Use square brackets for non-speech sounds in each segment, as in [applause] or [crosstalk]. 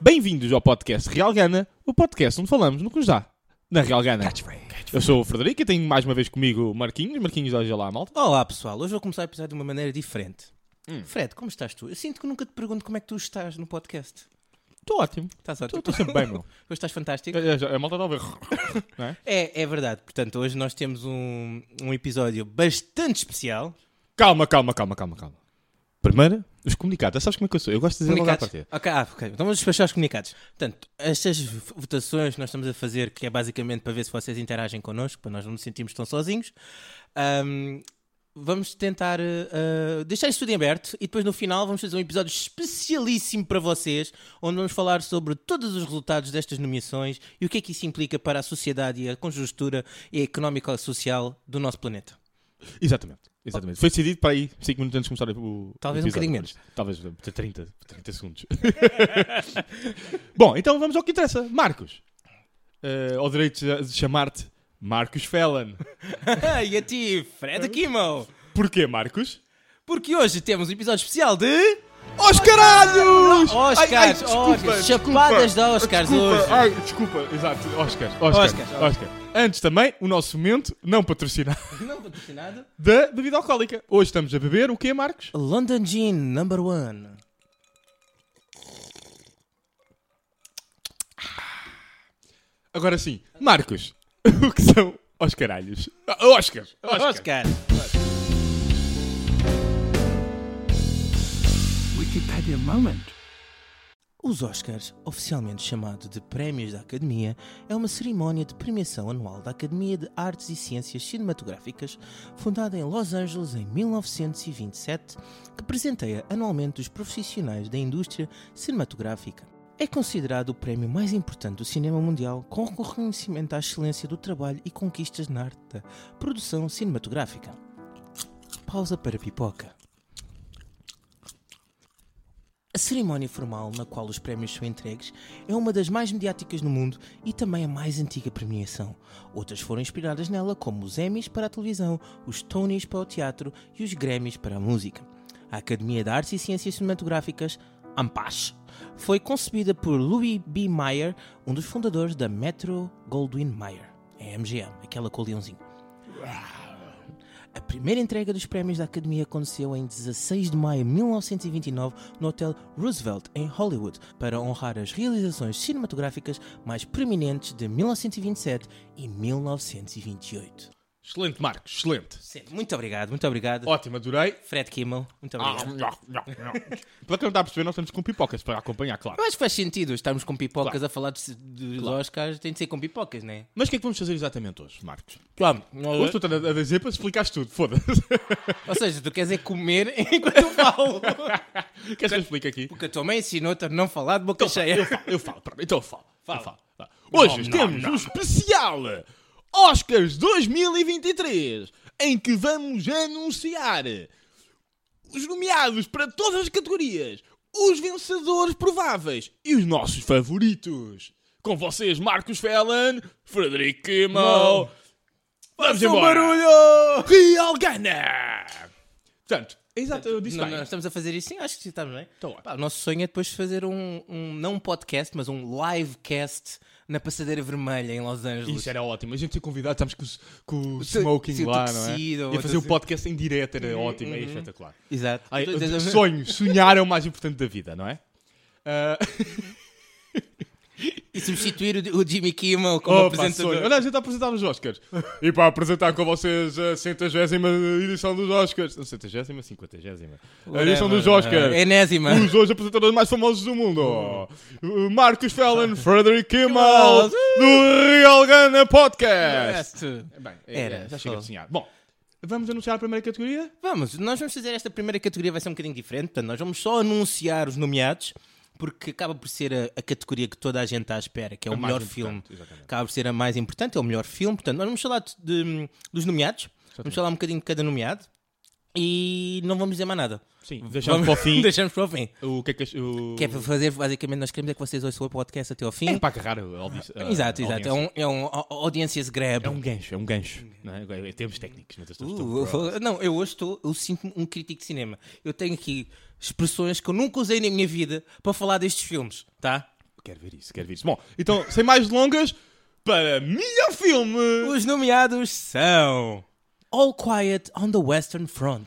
Bem-vindos ao podcast Real Gana, o podcast onde falamos no que nos dá na Real Gana. Eu sou o Frederico e tenho mais uma vez comigo o Marquinhos. Marquinhos, olha lá, malta. Olá pessoal, hoje vou começar o episódio de uma maneira diferente. Hum. Fred, como estás tu? Eu sinto que nunca te pergunto como é que tu estás no podcast. Estou ótimo. Estás ótimo. Estou sempre bem, meu. [laughs] Hoje estás fantástico. A, a- a malta está a ver. Não é? É, é verdade. Portanto, hoje nós temos um, um episódio bastante especial. Calma, calma, calma, calma, calma. Primeiro, os comunicados. Sabes como é que eu sou? Eu gosto de dizer logo à Comunicados. partida. Ok, ah, ok. Então vamos despachar os comunicados. Portanto, estas v- votações que nós estamos a fazer, que é basicamente para ver se vocês interagem connosco, para nós não nos sentirmos tão sozinhos, ahm, vamos tentar eh, eh, deixar isso tudo em aberto e depois no final vamos fazer um episódio especialíssimo para vocês, onde vamos falar sobre todos os resultados destas nomeações e o que é que isso implica para a sociedade e a conjuntura económica e social do nosso planeta. [laughs] Exatamente. Exatamente. Foi decidido para aí 5 minutos antes de começar o. Talvez o um episódio, bocadinho menos. mas Talvez eh, 30, 30 segundos. [laughs] Bom, então vamos ao que interessa. Marcos. Eh, ao direito de chamar-te Marcos Fellan. e a ti, Fred Kimmel, Porquê, Marcos? porque hoje temos um episódio especial de... Os caralhos! Oscars, Ai, ai, desculpa, Oscars, desculpa. chapadas da Oscars desculpa, Ah. hoje. Ai, desculpa, exato, Oscars, Oscars, Oscars, Oscars. Antes também, o nosso momento não patrocinado [laughs] Não patrocinado. da bebida alcoólica. Hoje estamos a beber o quê, Marcos? London Gin number one. Agora sim, Marcos, [laughs] o que são os caralhos? Ah, Oscars, Oscars. Oscar. Wikipedia moment. Os Oscars, oficialmente chamado de Prémios da Academia, é uma cerimónia de premiação anual da Academia de Artes e Ciências Cinematográficas, fundada em Los Angeles em 1927, que presenteia anualmente os profissionais da indústria cinematográfica. É considerado o prémio mais importante do cinema mundial, com reconhecimento à excelência do trabalho e conquistas na arte da produção cinematográfica. Pausa para pipoca. A cerimónia formal na qual os prémios são entregues é uma das mais mediáticas no mundo e também a mais antiga premiação. Outras foram inspiradas nela, como os Emmys para a televisão, os Tonys para o teatro e os Grammys para a música. A Academia de Artes e Ciências Cinematográficas, AMPAS, foi concebida por Louis B. Mayer, um dos fundadores da Metro Goldwyn Mayer, a MGM, aquela com o leãozinho. A primeira entrega dos prémios da Academia aconteceu em 16 de maio de 1929 no Hotel Roosevelt, em Hollywood, para honrar as realizações cinematográficas mais preeminentes de 1927 e 1928. Excelente, Marcos, excelente. Sim, muito obrigado, muito obrigado. Ótimo, adorei. Fred Kimmel, muito Ah, obrigado. nhá, nhá, nhá. Para quem não está a perceber, nós estamos com pipocas para acompanhar, claro. Eu acho que faz sentido estarmos com pipocas a falar de, de Oscars, tem de ser com pipocas, não é? Mas o que é que vamos fazer exatamente hoje, Marcos? Claro, Hoje estou a a dizer para explicares tudo, foda-se. [laughs] ou seja, tu queres é comer [laughs] enquanto eu falo. Queres que eu explique aqui? Porque a tua mãe ensinou-te a não falar de boca cheia. Então, Eu falo, eu falo, pronto, então eu falo. eu falo. Vá. Hoje temos um especial Oscars 2023 em que vamos anunciar os nomeados para todas as categorias, os vencedores prováveis e os nossos favoritos. Com vocês, Marcos Fellan, Frederico Kimmel. Não. Vamos um embora! barulho! Real Gana! Portanto, exato, eu disse Não, bem. não, estamos a fazer isso sim, acho que estamos bem. Tá ótimo. Pá, o nosso sonho é depois fazer um, um- não um podcast, mas um livecast na passadeira vermelha em Los Angeles. Isso era ótimo. A gente tinha convidado, estamos com, os- com o Sim, smoking sim, o lá, tuxedo, não é? ou Ia fazer o assim. podcast em direto, era ótimo, uhum. é espetacular. Exato. Ai, Então, dizer- sonho, sonhar é o mais importante da vida, não é? Ah, E substituir o, o Jimmy Kimmel [laughs] como Ah, opa, sonho. apresentador. Olha, a gente está a apresentar os Oscars. e para apresentar com vocês a centagésima edição dos Oscars. Não, centagésima, cinquentagésima. A edição dos Oscars. É Enésima. [laughs] Os dois apresentadores mais famosos do mundo. Uh, Marcos Fallon, Frederick Kimmel, Uhum. Kimmel. do Real Gana Podcast. É Bem, Era, era, já só. chega de sonhar. Bom, vamos anunciar a primeira categoria? Vamos, nós vamos fazer esta primeira categoria, vai ser um bocadinho diferente. Portanto, nós vamos só anunciar os nomeados, porque acaba por ser a, a categoria que toda a gente está à espera, que é o A Ah, mais melhor importante, filme. exatamente. Acaba por ser a mais importante, é o melhor filme. Portanto, nós vamos falar de- de- dos nomeados, vamos falar um bocadinho de cada nomeado. E não vamos dizer mais nada. Sim, deixamos Vamos- para o fim. [laughs] deixamos para o fim. O que é que. O... Que é para fazer, basicamente, nós queremos é que vocês ouçam o podcast até ao fim. É para agarrar a audi- a- exato, a audiência. exato. É um, é um au- audiências grab. É um gancho, é um gancho. Não é? Agora, Em termos técnicos, não é? Estou- estou- Uh, eu- não, eu hoje estou, eu sinto-me um crítico de cinema. Eu tenho aqui expressões que eu nunca usei na minha vida para falar destes filmes, tá? Quero ver isso, quero ver isso. Bom, então, sem mais delongas, para melhor filme! Os nomeados são All Quiet on the Western Front.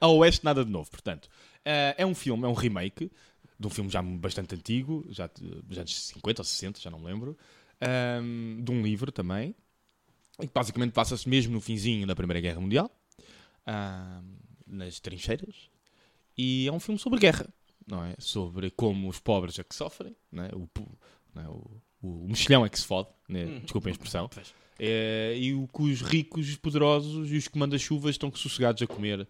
A Oeste Nada de Novo, portanto. eh, É um filme, é um remake de um filme já bastante antigo, já, já de 50 ou 60, já não me lembro. ehm, de um livro também. E que basicamente passa-se mesmo no finzinho da Primeira Guerra Mundial, ahm, nas trincheiras. E é um filme sobre guerra, não é? Sobre como os pobres é que sofrem, não é? O, po- não é? o, o mexilhão é que se fode, né? desculpem a expressão. Pois. Eh, e o que os ricos, os poderosos e os que mandam chuvas estão sossegados a comer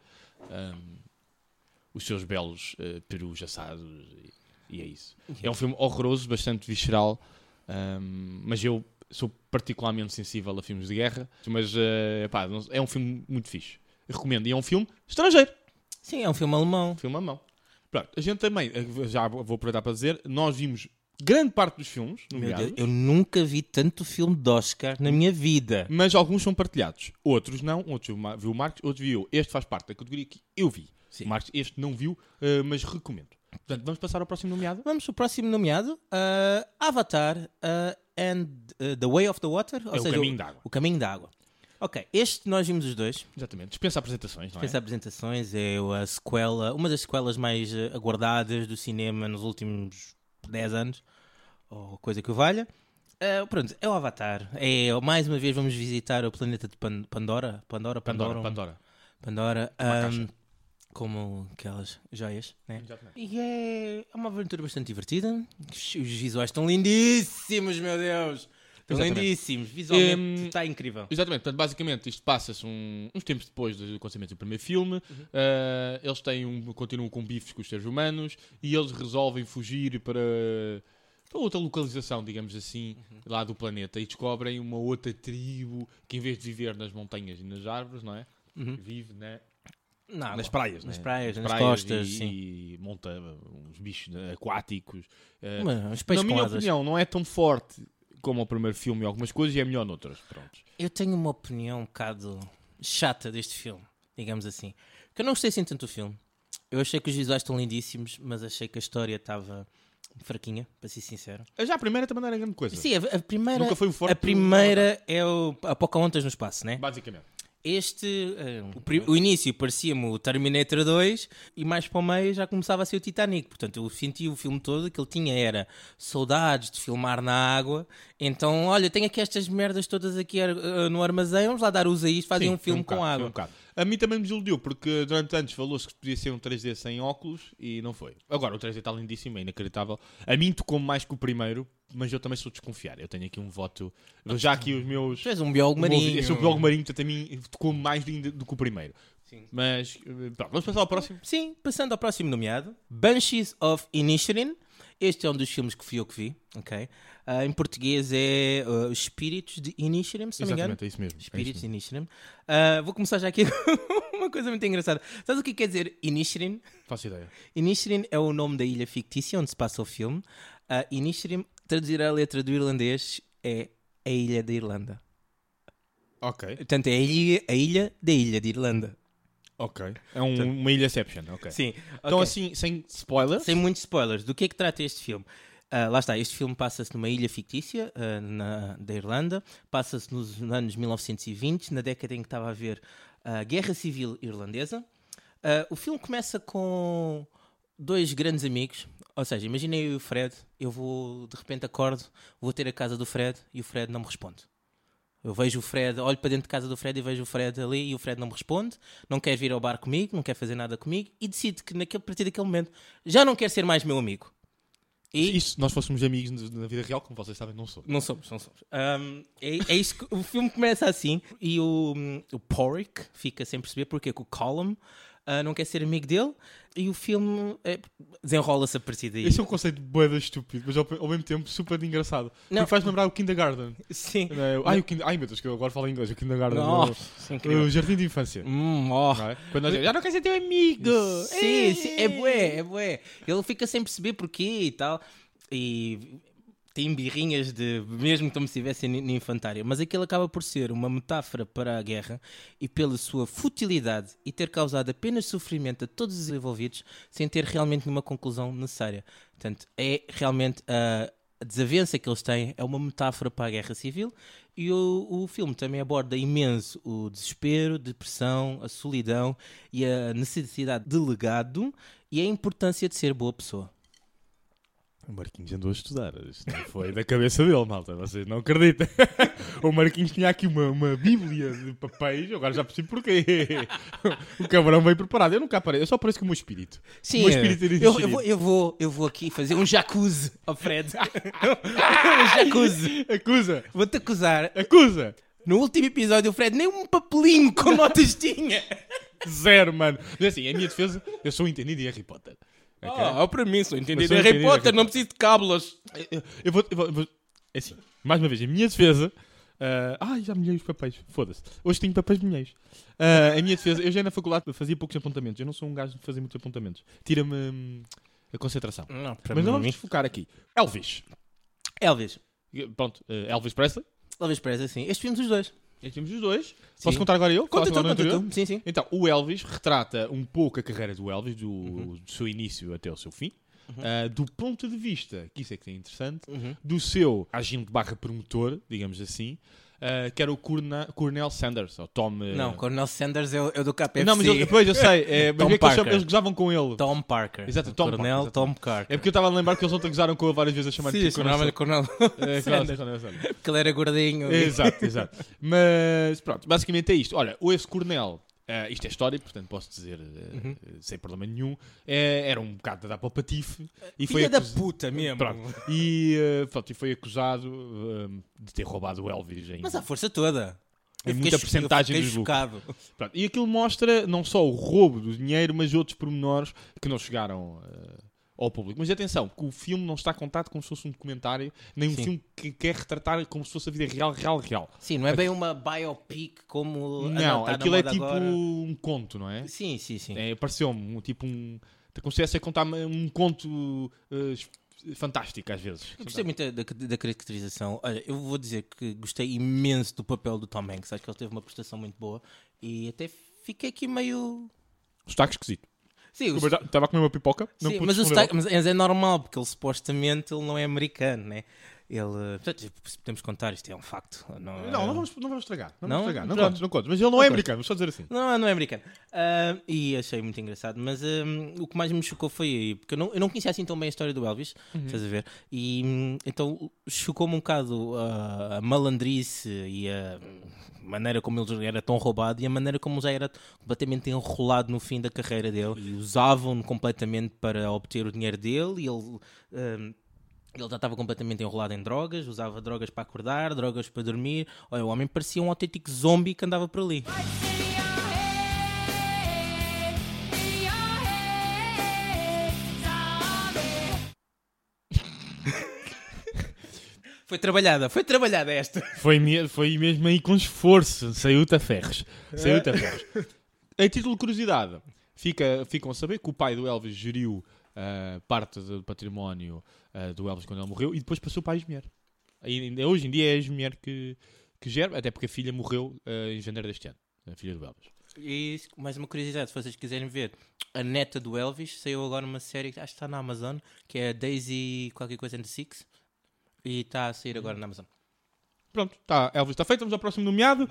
ahm, os seus belos eh, perus assados e, e é isso. É um filme horroroso, bastante visceral, ahm, mas eu sou particularmente sensível a filmes de guerra, mas eh, pá, não- é um filme muito fixe. Eu recomendo. E é um filme estrangeiro, Sim, é um filme alemão. um filme à mão. Pronto, a gente também, eh, já vou aproveitar para dizer, nós vimos grande parte dos filmes, Meu nomeados, Deus, eu nunca vi tanto filme de Oscar na minha vida. mas alguns são partilhados, outros não, outros viu o Ma- viu o Marcos, outros viu eu. Este faz parte da categoria que eu vi. Sim. O Marcos, este não viu, eh, mas recomendo. Portanto, vamos passar ao próximo nomeado? Vamos para o próximo nomeado: ah, Avatar ah, and ah, The Way of the Water, ou É o seja, Caminho da Água. o Caminho da Água. Ok, este nós vimos os dois. Exatamente, dispensa apresentações, não é? Dispensa apresentações, é a sequela, uma das sequelas mais eh, aguardadas do cinema nos últimos 10 anos, ou coisa que o valha. Eh, pronto, é o Avatar. É, mais uma vez vamos visitar o planeta de Pan- Pandora. Pandora, Pandora, Pandora, Pandora. Pandora, É caixa. Uhum. ahm, como aquelas joias, né? Exatamente. E é, é uma aventura bastante divertida. Os visuais estão lindíssimos, meu Deus! Estão Exatamente. lindíssimos, visualmente Hum, está incrível. Exatamente, portanto, basicamente isto passa-se um- uns tempos depois do acontecimento do primeiro filme. Uhum. Ah, eles têm um, continuam com bifes com os seres humanos e eles resolvem fugir para, para outra localização, digamos assim, Uhum. lá do planeta e descobrem uma outra tribo que, em vez de viver nas montanhas e nas árvores, não é? Uhum. Vive na- Na nas água. praias, nas né? praias, nas costas, e, sim. e monta uns bichos né, aquáticos. Ah, Mas, os peixes na com minha asas. opinião, não é tão forte como o primeiro filme em algumas coisas e é melhor noutras. Pronto. Eu tenho uma opinião um bocado chata deste filme, digamos assim. Que eu não gostei assim tanto do filme. Eu achei que os visuais estão lindíssimos, mas achei que a história estava fraquinha, para ser sincero. Já a primeira também não era grande coisa. Sim, um a, a primeira. Nunca foi o forte A primeira é o, a Pocahontas no espaço, né? Basicamente. Este. eh, o, pri- o início parecia-me o Terminator 2 e mais para o meio já começava a ser o Titanic. Portanto, eu senti o filme todo que ele tinha era saudades de filmar na água. Então, olha, tenho aqui estas merdas todas aqui ar- eh, no armazém, vamos lá dar uso a isto, fazer Sim, um filme foi com bocado, foi água. um bocado. a mim também me desiludiu, porque durante anos falou-se que podia ser um 3D sem óculos e não foi. Agora, o 3D está lindíssimo, é inacreditável. A mim tocou mais que o primeiro, mas eu também sou desconfiar. Eu tenho aqui um voto. eu Já aqui os meus. Tu és um biólogo o meu- marinho. Eu sou biólogo marinho, portanto a mim tocou mais ainda do que o primeiro. Sim. Mas, eh, pronto, vamos passar ao próximo. Sim, passando ao próximo nomeado, Banshees of Inisherin. Este é um dos filmes que fui eu que vi, ok? Ah, em português é ah, Os Espíritos de Inisherin, se não me engano. Exatamente, é isso mesmo. é isso Espíritos mesmo. Inisherin. Ah, vou começar já aqui [laughs] com uma coisa muito engraçada. Sabes o que quer dizer Inisherin? Faço ideia. Inisherin é o nome da ilha fictícia onde se passa o filme. Ah, Inisherin, traduzir a letra do irlandês, é a ilha da Irlanda. Ok, Portanto, é a ilha, a ilha da ilha de Irlanda. ok. É um- uma ilhaception, ok. Sim. Então, ok. assim, sem spoiler. Sem muitos spoilers, do que é que trata este filme? Ah, lá está, este filme passa-se numa ilha fictícia ah, na, da Irlanda, passa-se nos anos 1920, na década em que estava a haver a Guerra Civil Irlandesa. Ah, o filme começa com dois grandes amigos, ou seja, imaginei eu e o Fred, eu vou, de repente acordo, vou ter a casa do Fred e o Fred não me responde. Eu vejo o Fred, olho para dentro de casa do Fred e vejo o Fred ali e o Fred não me responde, não quer vir ao bar comigo, não quer fazer nada comigo e decido que naquele, a partir daquele momento já não quer ser mais meu amigo. E E se nós fôssemos amigos na na vida real, como vocês sabem, não sou. não somos, não somos. Ahm, é, é isso que o filme começa assim e o, o Porrick fica sem perceber porque é que o Column ah, não quer ser amigo dele e o filme eh, desenrola-se a partir daí. Esse é um conceito boeda estúpido, mas ao, ao mesmo tempo super engraçado. Não. Porque faz lembrar o Kindergarten. Sim. Não é? Ai, o kinder... Ai, meu Deus, que eu agora falo inglês. O Kindergarten. o- Nossa, é incrível. o Jardim de Infância. Hum, ó. Não é? Quando nós dizemos, já não quer ser teu amigo. Sim, sim, é bué, é bué. Ele fica sem perceber porquê e tal. E tem birrinhas de. mesmo como se estivesse na na infantária. Mas aquilo acaba por ser uma metáfora para a guerra e pela sua futilidade e ter causado apenas sofrimento a todos os envolvidos sem ter realmente nenhuma conclusão necessária. Portanto, é realmente a. a desavença que eles têm é uma metáfora para a guerra civil e o, o filme também aborda imenso o desespero, depressão, a solidão e a necessidade de legado e a importância de ser boa pessoa. O Marquinhos andou a estudar. Isto não foi da cabeça dele, malta. Vocês não acreditam. [laughs] O Marquinhos tinha aqui uma, uma bíblia de papéis. eu Agora já percebo porquê. [laughs] O cabrão veio preparado. Eu nunca apareço. Eu só pareço com o meu espírito. Sim, é. o meu espírito era eu, eu, indiscernível. vou, eu, vou, eu vou aqui fazer um jacuzzi ao Fred. [laughs] um jacuzzi. Acusa. Vou-te acusar. Acusa. No último episódio, o Fred nem um papelinho com notas É tinha. Zero, mano. Mas assim, em minha defesa, eu sou entendido em Harry Potter. Ok? Ah, para mim, sou Eu entendido. é. sou Harry entendido, Potter, Harry não preciso de cábulas. Eu- Eu vou, eu vou- eu vou- É assim, mais uma vez, em minha defesa. ah, ai, já molhei os papéis. Foda-se. Hoje tenho papéis molheios. Ah, em minha defesa, eu já na faculdade fazia poucos apontamentos. Eu não sou um gajo de fazer muitos apontamentos. Tira-me hum, a concentração. Não, para Mas não mim. vamos focar aqui. Elvis. Elvis, Pronto, eh, Elvis Presley. Elvis Presley, sim. Este filme dos dois. Já temos os dois. Sim. Posso contar agora eu? Conta Posso falar tu, no conta anterior? tu. Sim, sim. Então, o Elvis retrata um pouco a carreira do Elvis, do, Uhum. do seu início até o seu fim, ah, do ponto de vista, que isso é que é interessante, do seu agente barra promotor, digamos assim, ah, que era o Corna- Cornel Sanders, ou Tom... eh, Não, Coronel Sanders é o, é o do KFC. não mas eu, pois, eu sei, é, mas Tom é que eles, chamam- Parker. eles gozavam com ele. Tom Parker. Exato, Tom Coronel Parker, Tom Parker. É porque eu estava a lembrar que eles ontem gozaram com ele várias vezes a chamar Sim, chamava-lhe Coronel Sanders. Cornel Sanders. [laughs] Porque ele era gordinho. Eh, Exato, exato. Mas pronto, basicamente é isto. Olha, o esse coronel, eh, isto é histórico, portanto posso dizer eh, Uhum. eh, sem problema nenhum, eh, era um bocado a dar para o patife e foi Filha da acus- puta mesmo. Pronto. E, eh, pronto, e foi acusado eh, de ter roubado o Elvis. Em... Mas a força toda. É Eu fiquei muita cho- percentagem eu dos fiquei chocado. Pronto, e aquilo mostra não só o roubo do dinheiro, mas outros pormenores que não chegaram eh, ao público. Mas atenção, que o filme não está contado como se fosse um documentário, nem um Sim. filme que quer retratar como se fosse a vida real, real, real. Sim, não é bem uma biopic como. a Não, tá na aquilo é moda tipo agora. um conto, não é? Sim, sim, sim. É, Pareceu-me um, tipo um. Como se estivesse a contar um conto eh, es- fantástico às vezes. Eu gostei muito da, da- da caracterização. Olha, eu vou dizer que gostei imenso do papel do Tom Hanks. Acho que ele teve uma prestação muito boa. E até fiquei aqui meio. O sotaque esquisito. Sim, o Estava a comer uma pipoca. não Sim, pude mas, o responder. sotaque- mas é normal, porque ele supostamente ele não é americano, né? Ele, portanto, se podemos contar, isto é um facto. Não, é- Não, não vamos, não vamos estragar. Não, Não? vamos estragar. Não Pronto. contes, não contes. Mas ele não, é americano, vamos só dizer assim. Não, não é americano. Ah, e achei muito engraçado. Mas ah, o que mais me chocou foi aí, porque eu não, eu não conhecia assim tão bem a história do Elvis, estás a ver? E hum, então chocou-me um bocado ah, a malandrice e a maneira como ele já era tão roubado e a maneira como já era completamente enrolado no fim da carreira dele. E usavam-no completamente para obter o dinheiro dele e ele. ah, ele já estava completamente enrolado em drogas, usava drogas para acordar, drogas para dormir. Olha, o homem parecia um autêntico zombie que andava por ali. Foi trabalhada, foi trabalhada esta. Foi, me- foi mesmo aí com esforço. Saiu-te a ferros. Saiu-te a ferros. em título de curiosidade, fica, ficam a saber que o pai do Elvis geriu ah, parte do património ah, do Elvis quando ele morreu e depois passou para a ex-mulher. Ainda hoje em dia é a ex-mulher que, que gera, até porque a filha morreu ah, em janeiro deste ano. A filha do Elvis. E isso, mais uma curiosidade, se vocês quiserem ver, a neta do Elvis saiu agora uma série que acho que está na Amazon, que é Daisy qualquer coisa and the Six, e está a sair agora na Amazon. Pronto, tá, Elvis está feito. Vamos ao próximo nomeado.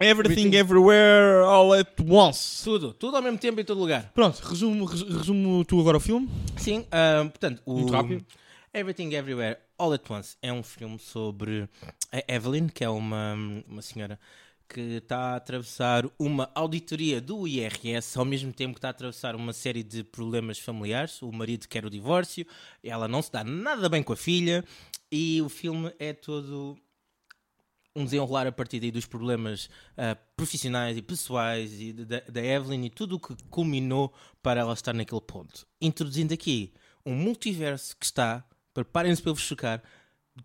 Everything, Everywhere, All at Once. Tudo, tudo ao mesmo tempo e em todo lugar. Pronto, resumo, resu- resumo tu agora o filme. Sim, ah, portanto, o Muito rápido. Everything Everywhere All at Once é um filme sobre a Evelyn, que é uma, uma senhora que está a atravessar uma auditoria do IRS ao mesmo tempo que está a atravessar uma série de problemas familiares. O marido quer o divórcio, ela não se dá nada bem com a filha e o filme é todo um desenrolar a partir daí dos problemas ah, profissionais e pessoais e da, da Evelyn e tudo o que culminou para ela estar naquele ponto. Introduzindo aqui um multiverso que está, preparem-se para vos chocar,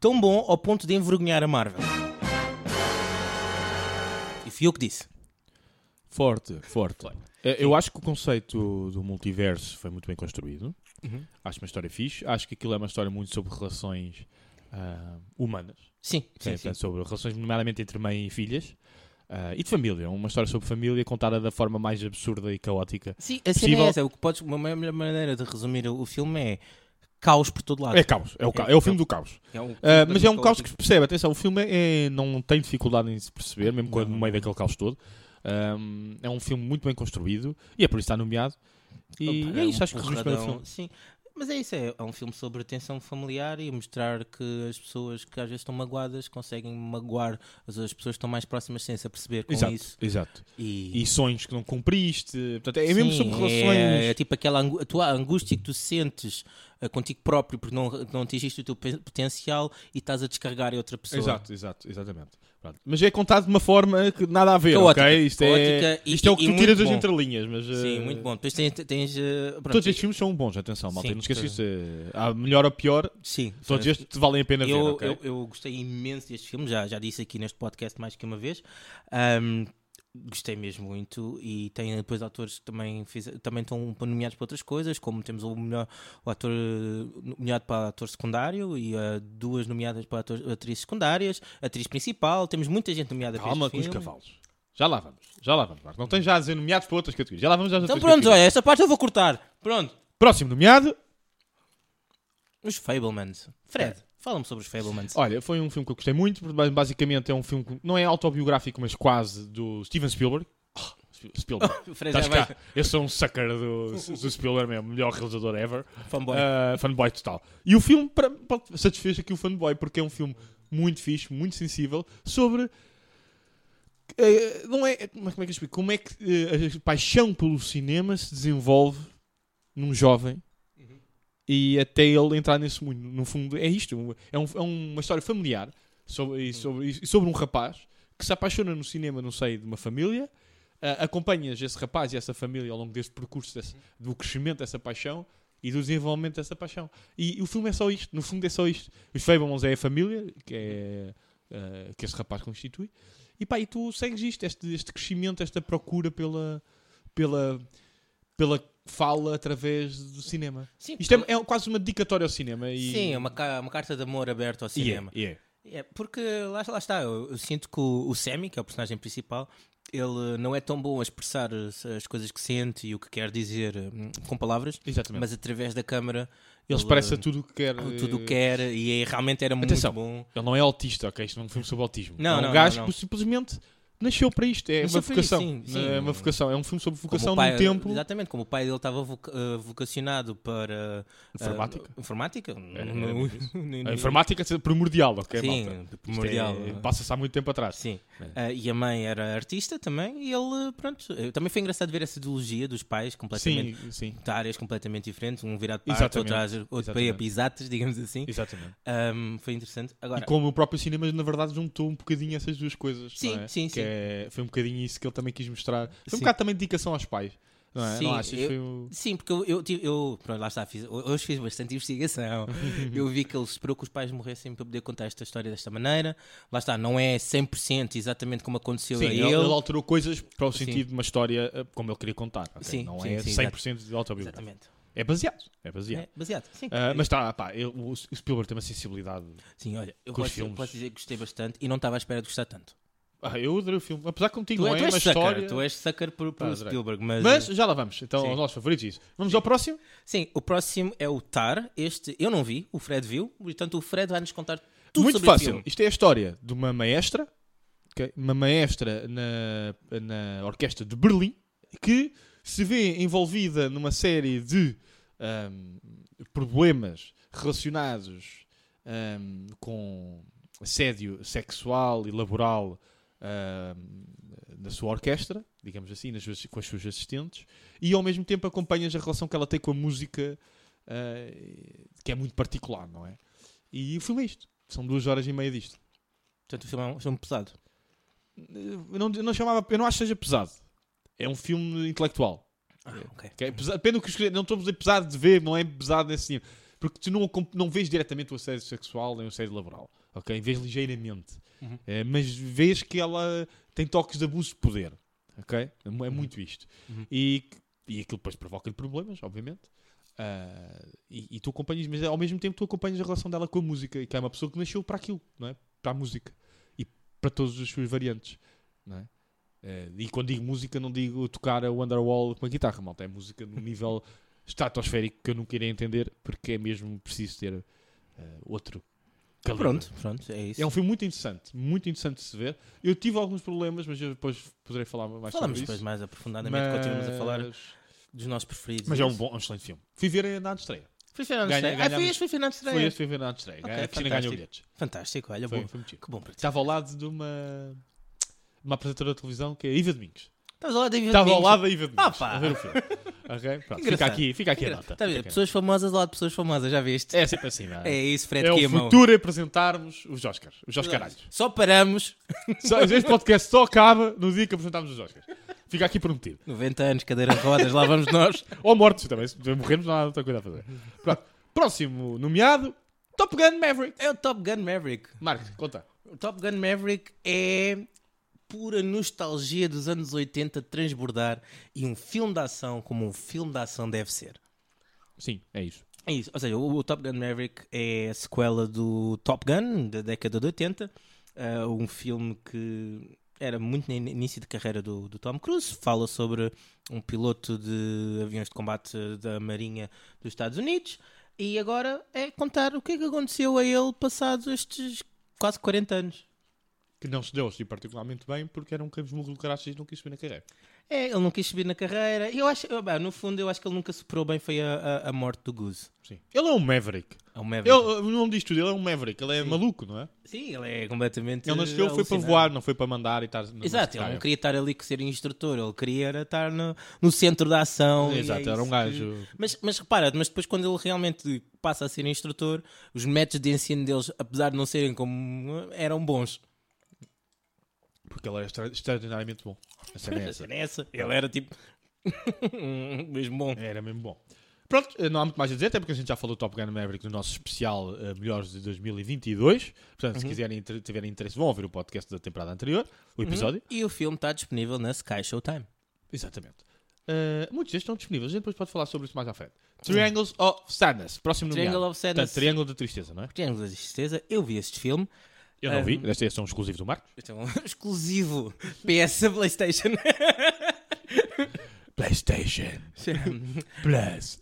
tão bom ao ponto de envergonhar a Marvel. E fui eu que disse. Forte, forte. Eh, Eu acho que o conceito do multiverso foi muito bem construído. Acho uma história fixe. Acho que aquilo é uma história muito sobre relações ah, humanas. Sim, Sim, sim, portanto, sim. sobre relações, nomeadamente entre mãe e filhas. ah, e de família. Uma história sobre família contada da forma mais absurda e caótica. Sim, a cena possível. é essa. O que podes, uma melhor maneira de resumir o filme é caos por todo lado. É caos. É o, ca- é o filme do caos. É um- Ah, mas é um caos que se percebe. Atenção, o filme é- não tem dificuldade em se perceber, mesmo quando no meio daquele caos todo. Ahm, é um filme muito bem construído e é por isso que está nomeado. E Opa, é um isso, acho que resumes bem o porradão. filme. Sim, mas é isso, é, é um filme sobre tensão familiar e mostrar que as pessoas que às vezes estão magoadas conseguem magoar as outras pessoas que estão mais próximas sem se aperceber com Exato, isso. exato. E, E sonhos que não cumpriste. Portanto, é mesmo Sim, sobre relações. É, é tipo aquela angu- a tua angústia que tu sentes eh, contigo próprio porque não, não atingiste o teu pe- potencial e estás a descarregar em outra pessoa. Exato, exato, exatamente. Pronto. Mas é contado de uma forma que nada a ver, Caótica, ok? Isto é, caótica e- isto é o e- que e tu tiras muito das bom. entrelinhas. Mas, Sim, eh, muito bom. Depois tens. tens eh, pronto, Todos estes filmes são bons, atenção, malta. Sim, e não esqueças, todos. eh, há melhor ou pior, Sim, todos sim. estes te valem a pena ver, eu, ok? eu, eu gostei imenso deste filme, já, já disse aqui neste podcast mais que uma vez. Ahm, gostei mesmo muito. E tem depois atores que também, fiz, também estão nomeados para outras coisas, como temos o, melhor, o ator eh, nomeado para ator secundário e eh, duas nomeadas para ator, atrizes secundárias, atriz principal. Temos muita gente nomeada para Calma este com os filme. cavalos. Já lá vamos, já lá vamos. Marco. Não tens já a dizer nomeados para outras categorias. Já lá vamos, já Então pronto, olha, esta parte eu vou cortar. Pronto. Próximo nomeado. Os Fablemans. É. Fred, fala-me sobre os Fablemans. Olha, foi um filme que eu gostei muito, porque ba- basicamente é um filme que não é autobiográfico, mas quase, do Steven Spielberg. Ah, Sp- Spielberg. Fred Estás [laughs] já cá. vai. Eu sou um sucker do, do Spielberg mesmo, melhor realizador ever. Fanboy. Ah, fanboy total. E o filme pra- pá, satisfez aqui o fanboy porque é um filme muito fixe, muito sensível, sobre. eh, não é, mas como é que eu explico? Como é que eh, a paixão pelo cinema se desenvolve num jovem e até ele entrar nesse mundo? No fundo, é isto: um- é, um- é uma história familiar sobre, e, sobre, e sobre um rapaz que se apaixona no cinema, não sei, de uma família. ah, acompanhas esse rapaz e essa família ao longo deste percurso desse- do crescimento dessa paixão e do desenvolvimento dessa paixão. E, o filme é só isto, no fundo é só isto. Os Fablemans é a família que, é, eh, que esse rapaz constitui. E pá, e tu segues isto, este, este crescimento, esta procura pela, pela, pela fala através do cinema. Sim, Isto é, é quase uma dedicatória ao cinema. E, Sim, é uma, ca- uma carta de amor aberta e ao é, cinema. e é. É, porque lá, lá está, eu, eu sinto que o, o Sammy, que é o personagem principal, ele eh, não é tão bom a expressar as, as coisas que sente e o que quer dizer hum, com palavras, Exatamente. mas através da câmara Ele expressa tudo o que quer. eh, tudo o eh, que quer e eh, realmente era Atenção. muito bom. Ele não é autista, ok? Isto não é um filme sobre autismo. Não, é um não, gajo não, que simplesmente nasceu para isto. É Nasceu uma para vocação. isto, sim, É sim. uma vocação. É um filme sobre Como vocação o pai- num tempo. Exatamente, como o pai dele estava voca- eh, vocacionado para. eh, Informática. informática? Não- era não- mesmo [laughs] nem- A nem- informática é primordial, ok, Sim, malta? Isto primordial. é- Passa-se há muito tempo atrás. Sim. É. Ah, e a mãe era artista também, e ele, pronto, eh, também foi engraçado ver essa ideologia dos pais completamente. Sim, sim. De áreas completamente diferentes, um virado para a arte, Exatamente. outro, ás- outro para Exatamente. pisates, digamos assim. Exatamente. Ahm, foi interessante. E Agora, como o próprio cinema, na verdade, juntou um bocadinho essas duas coisas. Sim, não é? sim, que sim. é- Foi um bocadinho isso que ele também quis mostrar. Foi um Sim. bocado também de dedicação aos pais. Não é? não Sim, achas? eu- Foi um- sim, porque eu, eu, tive- eu- pronto, lá está, fiz, hoje fiz [laughs] bastante investigação. eu vi que ele esperou que os pais morressem para poder contar esta história desta maneira. Lá está, não é 100% exatamente como aconteceu Sim, a ele, ele. ele alterou coisas para o Sim. sentido de uma história eh, como ele queria contar. ok? Sim, não sim, é sim, 100% de autobiográfico. Exatamente. É baseado. É baseado. É, baseado, sim. Ah, mas está, pá, ele- o o Spielberg tem uma sensibilidade. sim, olha, eu com os posso, eu filmes. posso dizer que gostei bastante e não estava à espera de gostar tanto. Ah, eu adorei o filme. Apesar que contigo Tu, não é, tu é uma és sucker, história. tu és sucker por, por Pá, adorei. Spielberg, mas, Mas já lá vamos. Então, Sim. aos nossos favoritos, isso. Vamos ao próximo? Sim, o próximo é o Tar. Este eu não vi, o Fred viu, portanto o Fred vai nos contar tudo Muito sobre fácil. o filme. Isto é a história de uma maestra, ok? uma maestra na, na orquestra de Berlim, que se vê envolvida numa série de ahm, problemas relacionados ahm, com assédio sexual e laboral ahm, na sua orquestra, digamos assim, nas suas- com as suas assistentes, e ao mesmo tempo acompanhas a relação que ela tem com a música, ah, que é muito particular, não é? E o filme é isto. São duas horas e meia disto. Portanto, o filme é um filme pesado. Eu não, eu não chamava, eu não acho que seja pesado. É um filme intelectual. Ah, ok. ok? Pesa- Depende do que é escolher. Não estou a dizer pesado de ver, não é pesado nesse sentido. Porque tu não, o comp- não vês diretamente o assédio sexual nem o assédio laboral. Ok? Vês ligeiramente. Uhum. Eh, mas vês que ela tem toques de abuso de poder. Ok? É mu- é muito isto. Uhum. E, e aquilo depois provoca-lhe problemas, obviamente. Ah, e, e tu acompanhas, mas ao mesmo tempo tu acompanhas a relação dela com a música, que é uma pessoa que nasceu para aquilo, não é? Para a música e para todas as suas variantes, não é? Eh, e quando digo música, não digo tocar a Wonderwall com a guitarra, malta. É música num [laughs] nível estratosférico que eu nunca irei entender, porque é mesmo preciso ter eh, outro calibre. Pronto, pronto, é isso. É um filme muito interessante, muito interessante de se ver. Eu tive alguns problemas, mas eu depois poderei falar mais Falamos sobre depois isso. mais aprofundadamente, continuamos a falar dos nossos preferidos. Mas é um, bom, um excelente filme. Fui ver na estreia. Foi Fernando Ganha- Estreia. Ah, foi ganhamos- este, foi Fernando Foi Estreia. este, fui ver na estreia. Ok, a Cristina ganhou fantástico. É bilhetes. Fantástico, olha, Foi, bom. foi motivo. Que bom para ti. Estava ao lado de uma, uma apresentadora de televisão que é a Iva Domingos. Estavas ao lado da Iva Estava ao Domingos. lado da Iva Domingos. Ah, pá. A ver o filme. Ok? Pronto, fica engraçado. aqui, fica aqui a nota. Está Tá a ver, Fica aqui a pessoas famosas ao lado de pessoas famosas, já nota. viste? É sempre assim, não É é? isso, Fred É o Kiamão. futuro apresentarmos os Oscars. Os Oscars caralhos. Só paramos Só- Este podcast só acaba no dia que apresentarmos os Oscars. Fica aqui prometido. 90 anos, cadeira de rodas, lá vamos [laughs] nós. Ou mortos também. Se morrermos, não há outra coisa a fazer. Pronto. Próximo nomeado: Top Gun Maverick. É o Top Gun Maverick. Marcos, conta. O Top Gun Maverick é pura nostalgia dos anos 80 transbordar e um filme de ação como um filme de ação deve ser. Sim, é isso. É isso, ou seja, o, o Top Gun Maverick é a sequela do Top Gun da década de 80, ah, um filme que era muito no in- início de carreira do, do Tom Cruise, fala sobre um piloto de aviões de combate da Marinha dos Estados Unidos e agora é contar o que é que aconteceu a ele passados estes quase 40 anos. Que não se deu assim particularmente bem porque era um cabismurro do caraças e não quis subir na carreira. É, ele não quis subir na carreira. Eu acho, eu, bem, no fundo, eu acho que ele nunca superou bem foi a, a- a morte do Goose. Sim. Ele é um Maverick. É o Maverick. Ele, uh, o nome diz tudo, ele é um Maverick, ele é maluco, não é? Sim, ele é completamente. Ele nasceu, foi para alucinado. voar, não foi para mandar e estar na- na Exato, é um ele secretária. não queria estar ali com ser instrutor, ele queria era estar no, no centro da ação. e Exato, é era um isso gajo. que- Mas, mas repara, mas depois quando ele realmente passa a ser instrutor, os métodos de ensino deles, apesar de não serem como eram bons. Porque ele era extra- extraordinariamente bom. A [laughs] cena é essa. Era essa. Ele era tipo. [laughs] mesmo bom. Era mesmo bom. Pronto, eh, não há muito mais a dizer, até porque a gente já falou do Top Gun Maverick no nosso especial eh, Melhores de 2022. Portanto, Uhum. se quiserem, inter- tiverem interesse, vão ouvir o podcast da temporada anterior, o episódio. E o filme está disponível na Sky Showtime. Exatamente. Eh, muitos destes estão disponíveis, a gente depois pode falar sobre isso mais à frente. Triangles of Sadness, próximo Triangle nomeado. of Sadness. Portanto, Triângulo da Tristeza, não é? Triângulo da Tristeza, eu vi este filme. Eu É. não vi, é estes são exclusivos um do Marcos. Então, [laughs] exclusivo PS PlayStation. PlayStation Plus.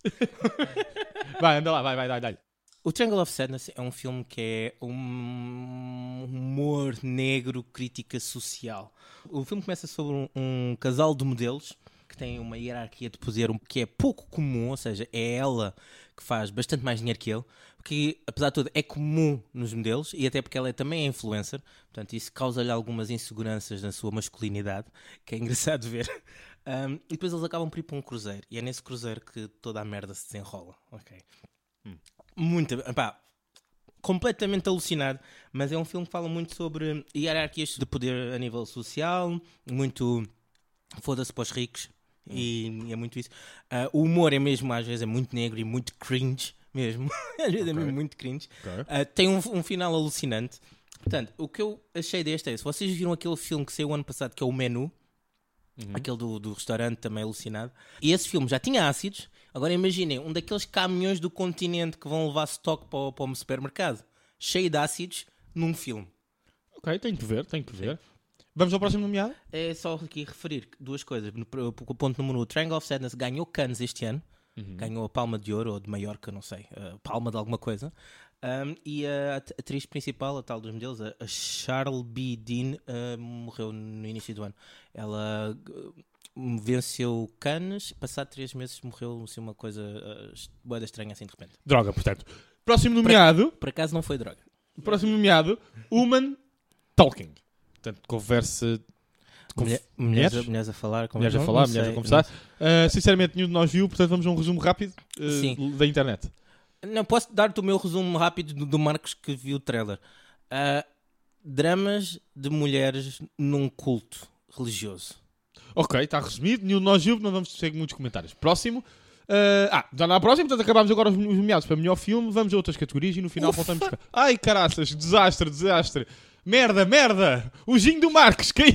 vai, anda lá, vai, vai, vai, vai. o Triangle of Sadness é um filme que é um humor negro, crítica social. O filme começa sobre um, um casal de modelos que tem uma hierarquia de poder um- que é pouco comum, ou seja, é ela que faz bastante mais dinheiro que ele, que apesar de tudo é comum nos modelos e até porque ela é- também é influencer, portanto isso causa-lhe algumas inseguranças na sua masculinidade, que é [laughs] engraçado ver. Um, e depois eles acabam por ir para um cruzeiro e é nesse cruzeiro que toda a merda se desenrola, ok? Muito, pá, completamente alucinado, mas é um filme que fala muito sobre hierarquias de poder a nível social, muito foda-se para os ricos e, e é muito isso. Ah, o humor é mesmo, às vezes, é muito negro e muito cringe mesmo. [laughs] às vezes é mesmo muito cringe. Ok. Ah, tem um, um final alucinante. Portanto, o que eu achei deste é se vocês viram aquele filme que saiu ano passado que é o Menu, aquele do, do restaurante também alucinado, e esse filme já tinha ácidos. Agora imaginem, um daqueles caminhões do continente que vão levar estoque para, o- para um supermercado, cheio de ácidos, num filme. Ok, tenho que ver, tenho que ver. Vamos ao próximo nomeado? É só aqui referir duas coisas. No, pro- pro ponto número 1, o Triangle of Sadness ganhou Cannes este ano. Ganhou a Palma de Ouro ou de Maiorca, não sei. eh, palma de alguma coisa. Ahm, e a at- atriz principal, a tal dos modelos, a, a Charles B. Dean, eh, morreu no início do ano. Ela eh, venceu Cannes, passado três meses morreu, assim, uma coisa uh, boeda estranha assim de repente. Droga, portanto. Próximo nomeado, Por acaso não foi droga. próximo nomeado, Human Talking. Portanto, conversa... com Mulher- mulheres? mulheres, a, mulheres a falar, com- Mulheres a não- falar, não mulheres a sei, conversar. Ah, sinceramente, nenhum de nós viu, portanto vamos a um resumo rápido ah, Sim. da internet. Não, posso dar-te o meu resumo rápido do, do Marcos que viu o trailer. Ah, Dramas de mulheres num culto religioso. Ok, está resumido. Nenhum de nós viu, não vamos ter muitos comentários. Próximo. eh, ah, já na próxima, portanto acabámos agora os nomeados para melhor filme. Vamos a outras categorias e no final Ufa. voltamos para. Ai caraças, desastre, desastre. Merda, merda! O Ginho do Marques [laughs] caiu!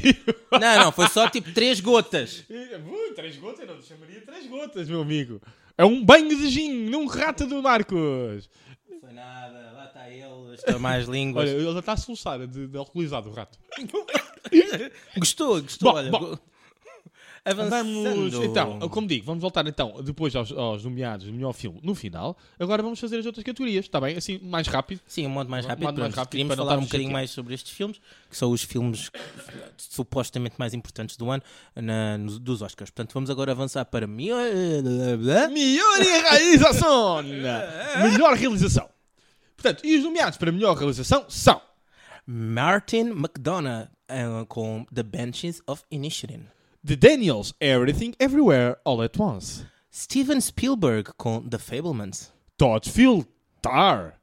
Não, não, foi só tipo três gotas. Uh, três gotas, eu não te chamaria três gotas, meu amigo. É um banho de gin num rato do Marcos. Foi nada, lá está ele, estou mais línguas. Olha, ele já está a soluçar de, de alcoolizado o rato. Gostou, gostou. Bom, olha, bom. go- Ah, Avançando. Vamos, então, como digo, vamos voltar então depois aos, aos nomeados do melhor filme no final. Agora vamos fazer as outras categorias, está bem? Assim, mais rápido. Sim, um modo mais Um rápido. modo mais pronto. rápido Queríamos para não falar um estarmos bocadinho chateados. mais sobre estes filmes, que são os filmes supostamente mais importantes do ano na- nos- dos Oscars. Portanto, vamos agora avançar para melhor. Melhor realização! melhor realização. Portanto, e os nomeados para melhor realização são Martin McDonough eh, com The Benches of Inisherin. The Daniels, Everything Everywhere All at Once. Steven Spielberg com The Fablemans. Todd Field, Tar.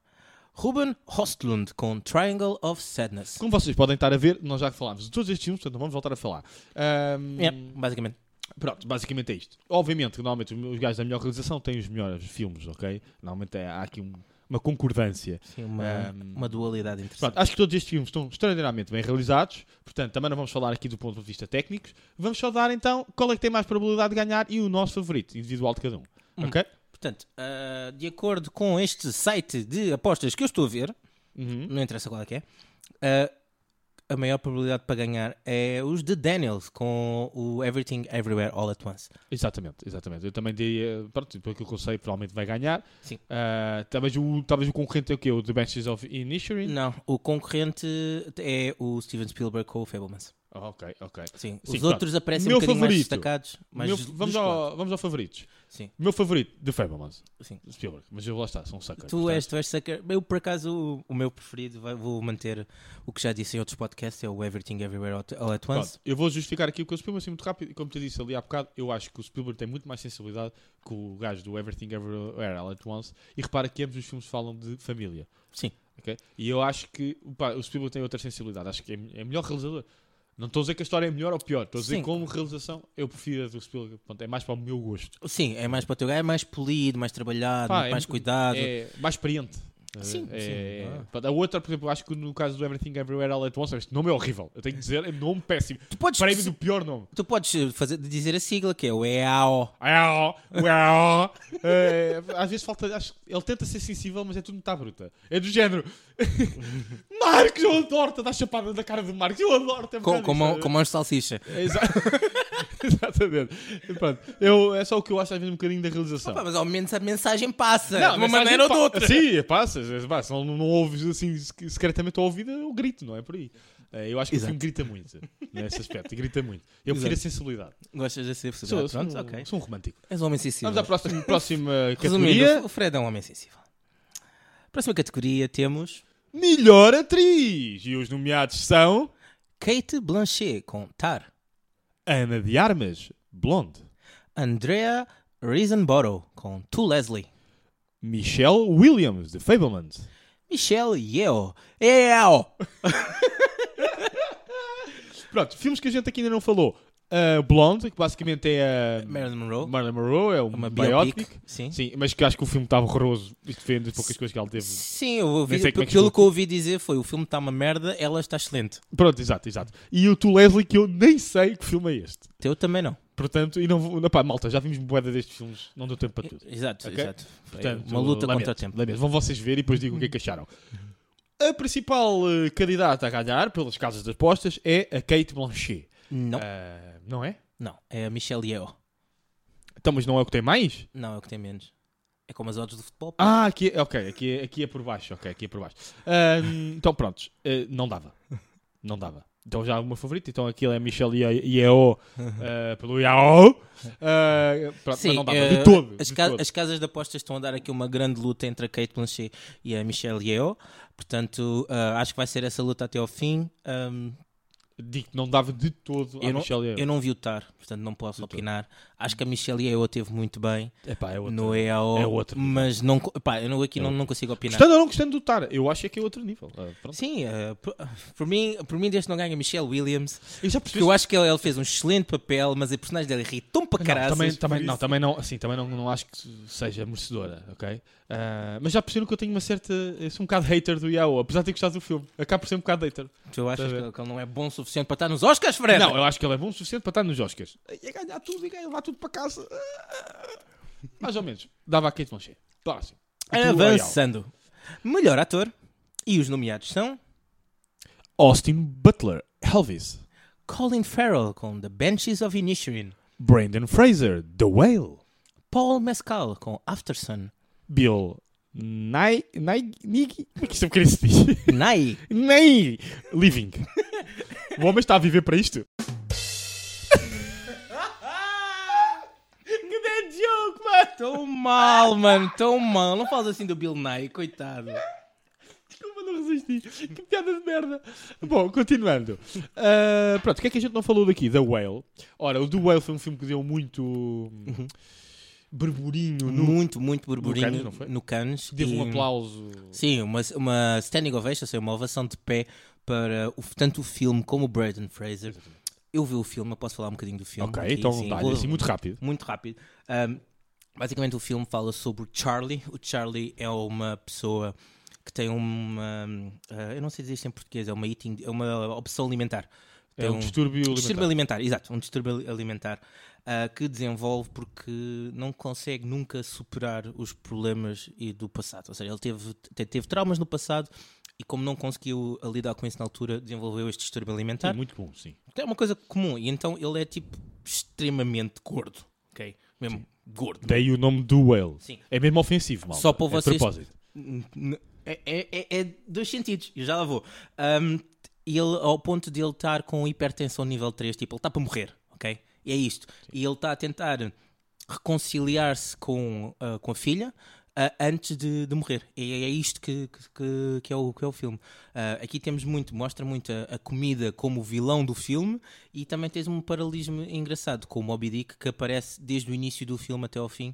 Ruben Hostlund com Triangle of Sadness. Como vocês podem estar a ver, nós já falámos de todos estes filmes, portanto não vamos voltar a falar. Ahm, É, basicamente. Pronto, basicamente é isto. Obviamente que normalmente os os gajos da melhor realização têm os melhores filmes, ok? Normalmente é- há aqui um- uma concordância. Sim, uma, Ahm, Hum. uma dualidade interessante. Pronto, acho que todos estes filmes estão extraordinariamente bem realizados, portanto também não vamos falar aqui do ponto de vista técnico. Vamos só dar então qual é que tem mais probabilidade de ganhar e o nosso favorito, individual de cada um. Hum. Ok? Portanto, ah, de acordo com este site de apostas que eu estou a ver, Uhum. não interessa qual é que é, ah, a maior probabilidade para ganhar é os de Daniels com o Everything Everywhere All at Once. Exatamente, exatamente. Eu também diria, pronto, pelo que eu sei, provavelmente vai ganhar. Sim. Ah, talvez, o, talvez o concorrente é o quê? O The Benches of Inisherin? Não, o concorrente é o Steven Spielberg com o Fablemans. Ah, ok, ok. Sim, Sim, os pronto. outros aparecem Meu um bocadinho mais favorito. destacados. Mas Meu- vamos, ao, vamos ao favoritos. Sim. O meu favorito, The Fablemans, Sim. Spielberg. Mas eu lá está, são sucker. Tu és, tu és sucker. Eu, por acaso, o, o meu preferido, vai- vou manter o que já disse em outros podcasts, é o Everything Everywhere All- All at Once. Pronto, eu vou justificar aqui o que o Spielberg assim muito rápido. E como te disse ali há bocado, eu acho que o Spielberg tem muito mais sensibilidade que o gajo do Everything Everywhere All At Once. E repara que ambos os filmes falam de família. Sim. ok? E eu acho que pá, o Spielberg tem outra sensibilidade. Acho que é, é melhor realizador. Não estou a dizer que a história é melhor ou pior. Estou a dizer Sim. como realização eu prefiro a do Spielberg. Pronto, é mais para o meu gosto. Sim, é mais para o teu gajo, é mais polido, mais trabalhado, Pá, muito é mais muito- cuidado. É mais experiente. Sim, é, sim, é- ah. pronto, A outra, por exemplo, acho que no caso do Everything Everywhere All At Once, este nome é horrível. Eu tenho que dizer, é nome péssimo. Tu podes, Prémio do pior nome. tu podes fazer, dizer a sigla que é o EAO. Uau, uau. É, às vezes falta. Acho, que ele tenta ser sensível, mas é tudo muito à bruta. É do género. [laughs] Marcos, eu adoro-te. Dá chapada na cara do Marcos. Eu adoro-te. é um Com, bocado com, isso, mão, é- com mãos de salsicha. é exa- [laughs] Exatamente. E Pronto, eu, é só o que eu acho às vezes um bocadinho da realização. Pá, mas ao menos a mensagem passa. de uma mas às maneira ou de vezes outra. pa- Sim, é, passas. Pá, se não, não ouves assim se- secretamente ao ouvido, eu grito, não é por aí. É, Eu acho que Exato. o filme grita muito nesse aspecto. Grita muito. Eu prefiro a Exato. sensibilidade. Gostas de ser Sou, possível. sou Pronto, um, ok. sou um romântico. És um homem sensível. Vamos à próxima, próxima categoria. [laughs] Resumindo, o Fred é um homem sensível. Próxima categoria temos Melhor atriz. E os nomeados são Kate Blanchet com Tar, Ana de Armas, Blonde, Andrea Risenborough com Tu Leslie, Michelle Williams, de Fablemans, Michelle Yeoh, Yeoh, Pronto, filmes que a gente aqui ainda não falou. Uh, Blonde, que basicamente é a Marilyn Monroe, Marilyn Monroe, é um uma biopic. biopic, sim. Sim, mas que acho que o filme estava horroroso. Isto foi uma das poucas coisas que ela teve. Sim, eu ouvi, Nem sei como é que pelo chegou. que eu ouvi dizer foi o filme está uma merda, ela está excelente. Pronto, exato, exato. E o Tu Leslie, que eu nem sei que filme é este. Teu também não. Portanto, e não vou. Não, pá, malta, já vimos boeda destes filmes, não deu tempo para tudo. Exato, Ok? exato. Foi Portanto, uma luta É, lamento, contra o tempo. lamento. Vão vocês ver e depois digam o que é que acharam. A principal eh, candidata a ganhar pelas casas de apostas é a Kate Blanchet. Não, Ah, não é? não. É a Michelle Yeoh. Então, mas não é o que tem mais? Não, é o que tem menos. É como as odds do futebol. pá. Ah, aqui, é- ok, aqui, é- aqui é por baixo. Ok, aqui é por baixo. Ah, então, prontos, eh, não dava. Não dava. Então já há uma favorita, então aquilo é Michelle Ye- Yeoh ah, pelo Yao. Ah, pronto, Sim, mas não dava. eh, de todo. As, de ca- todo. as casas de apostas estão a dar aqui uma grande luta entre a Kate Blanchet eh, e a Michelle Yeoh. Portanto, ah, acho que vai ser essa luta até ao fim. Ahm, Digo, não dava de todo Eu à não, Michelle Yeoh. eu não vi o TAR, portanto não posso opinar. Acho que a Michelle Yeoh teve muito bem Epá, é outra. no EAO, É outro É mas não, co- pá, eu não, aqui não, não consigo opinar. Gostando ou não gostando do Tar, eu acho que é outro nível. Ah, pronto. Sim, eh, por, por mim, por mim deste não ganha Michelle Williams, Eu já porque eu acho que ele, ele fez um excelente papel, mas a personagem dele irritou-me para caralho. Não, também, também, não, também não, assim, também não, não acho que seja merecedora, ok? Ah, mas já percebo que eu tenho uma certa. Eu sou um bocado hater do Yao, apesar de ter gostado do filme. Acabo por ser um bocado hater. Tu achas Tá que bem. ele, que ele não é bom o suficiente para estar nos Oscars, Fred? Não, eu acho que ele é bom o suficiente para estar nos Oscars. Ia ganhar tudo e ia levar tudo para casa. Mais ou menos. Dava a Kate Blanchett. Próximo. E tu, Yao? Avançando. Melhor ator. E os nomeados são Austin Butler, Elvis. Colin Farrell com The Benches of Inisherin, Brandon Fraser, The Whale. Paul Mescal com Aftersun, Bill Nai. Nai. Nig. Como é que isto é um bocadinho se diz? Nai, Nem living. O homem está a viver para isto. [laughs] Que dead joke, mano! [laughs] Tão mal, mano, tão mal. Não fales assim do Bill Nye, coitado. Desculpa, não resisti. Que piada de merda. Bom, continuando. Ah, pronto, o que é que a gente não falou daqui? The Whale. Ora, o The Whale foi um filme que deu muito hum, burburinho. No... Uhum. Muito, muito burburinho no Cannes, não foi? no Cannes. Teve E- um aplauso. Sim, uma, uma standing ovation, ou seja, uma ovação de pé para o, tanto o filme como o Braden Fraser. Eu vi o filme, eu posso falar um bocadinho do filme. Ok, aqui, então sim. dá Vou- assim muito rápido. muito rápido. Ahm, basicamente, o filme fala sobre o Charlie. O Charlie é uma pessoa que tem uma. ah, eu não sei dizer isto em português, é uma, eating, é uma opção alimentar. É Tem um distúrbio alimentar. distúrbio alimentar, exato, um distúrbio alimentar ah, que desenvolve porque não consegue nunca superar os problemas e do passado. Ou seja, ele teve, te- teve traumas no passado e, como não conseguiu ah, lidar com isso na altura, desenvolveu este distúrbio alimentar. É muito bom, sim. É uma coisa comum. E então ele é tipo extremamente gordo. Ok? Mesmo gordo. Daí o nome do Whale. Sim. É mesmo ofensivo, malta. Só para É de vocês- propósito. N- n- É, é- é- é dois sentidos. Eu já lá vou. Ahm, ele, ao ponto de ele estar com hipertensão nível 3, tipo, ele está para morrer. Ok? E é isto. E ele está a tentar reconciliar-se com, ah, com a filha. ah, antes de, de morrer. E é isto que, que- que, que é, o, que é o filme. Ah, aqui temos muito, mostra muito a, a comida como vilão do filme e também tens um paralelismo engraçado com o Moby Dick que aparece desde o início do filme até ao fim.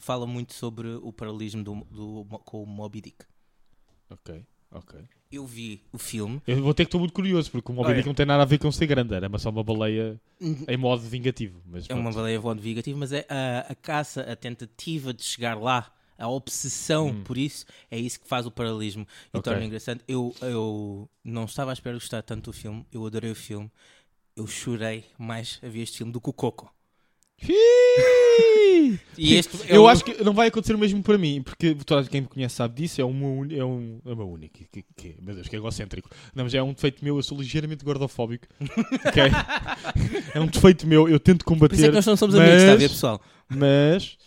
Fala muito sobre o paralelismo do, do, com o Moby Dick. Ok, ok. Eu vi o filme. Eu vou ter que estou muito curioso, porque o Moby Olha. Dick não tem nada a ver com ser grande, era mas só uma baleia em modo vingativo. Mas Uhum. É uma pronto. baleia voando vigativa, mas é a, a caça, a tentativa de chegar lá, a obsessão por isso, é isso que faz o paralelismo. E Hum. Ok. torna interessante. Eu, eu não estava à espera de gostar tanto do filme, eu adorei o filme. Eu chorei mais a ver este filme do que o Coco. [laughs] E este é eu o- acho que não vai acontecer o mesmo para mim, porque toda quem me conhece sabe disso, é uma uni- é um, é uma única, que, que- meu Deus, que egocêntrico. Não, mas é um defeito meu, eu sou ligeiramente [laughs] gordofóbico. ok? É um defeito meu, eu tento Por combater. isso é que nós não somos amigos, está a ver, mas- pessoal? Mas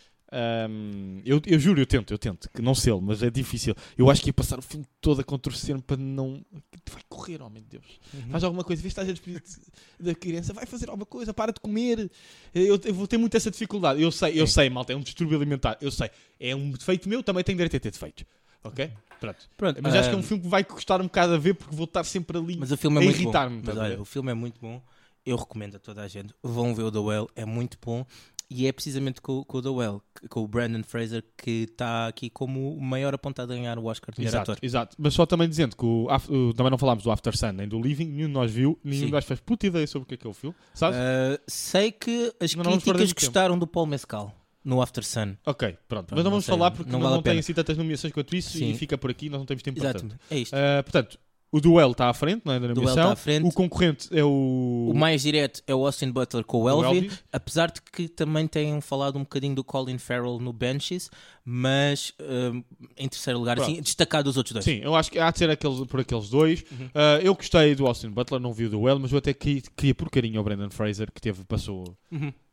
ahm, eu, eu juro, eu tento, eu tento, que não sei, mas é difícil. Eu acho que ia passar o filme todo a contorcer-me para não. Vai correr, homem de Deus. Faz alguma coisa, vê se estás a despedir de- da criança, vai fazer alguma coisa, para de comer. Eu, eu vou ter muito essa dificuldade. Eu sei, eu sei, malta, é um distúrbio alimentar, eu sei. É um defeito meu, também tenho direito a ter defeitos. Ok? Pronto. Pronto, Mas acho que é um ahm, filme que vai custar um bocado a ver porque vou estar sempre ali. Mas o filme é a muito irritar-me, bom. tá Mas a ver? olha, o filme é muito bom. Eu recomendo a toda a gente. Vão ver o The Whale, é muito bom. E é precisamente com, com o The Whale, que- com o Brandon Fraser, que está aqui como o maior apontado a ganhar o Oscar de melhor Exato, é um ator. exato. Mas só também dizendo que o, af- o- também não falámos do After Sun nem do Living, nenhum de nós viu, nenhum Sim. de nós fez puta ideia sobre o que é que é o filme, sabes? Ah, sei que as Não, não vamos perder críticas muito tempo. gostaram do Paul Mescal no After Sun. ok, pronto. não Mas não vamos sei, falar porque não não, vale a não têm pena. assim tantas nomeações quanto isso Sim. e fica por aqui, nós não temos tempo para Exato, tanto. é isto. Ah, portanto, o duelo está à frente, não é? Da Duelo nomeação. está à frente. O concorrente é o. O mais direto é o Austin Butler com o O Elvin, Elvis. apesar de que também tenham falado um bocadinho do Colin Farrell no Benches, mas hum, em terceiro lugar, assim, destacado dos outros dois. Sim, eu acho que há de ser aqueles, por aqueles dois. Uhum. Ah, eu gostei do Austin Butler, não vi o duelo, mas eu até que- queria por carinho ao Brandon Fraser, que teve, passou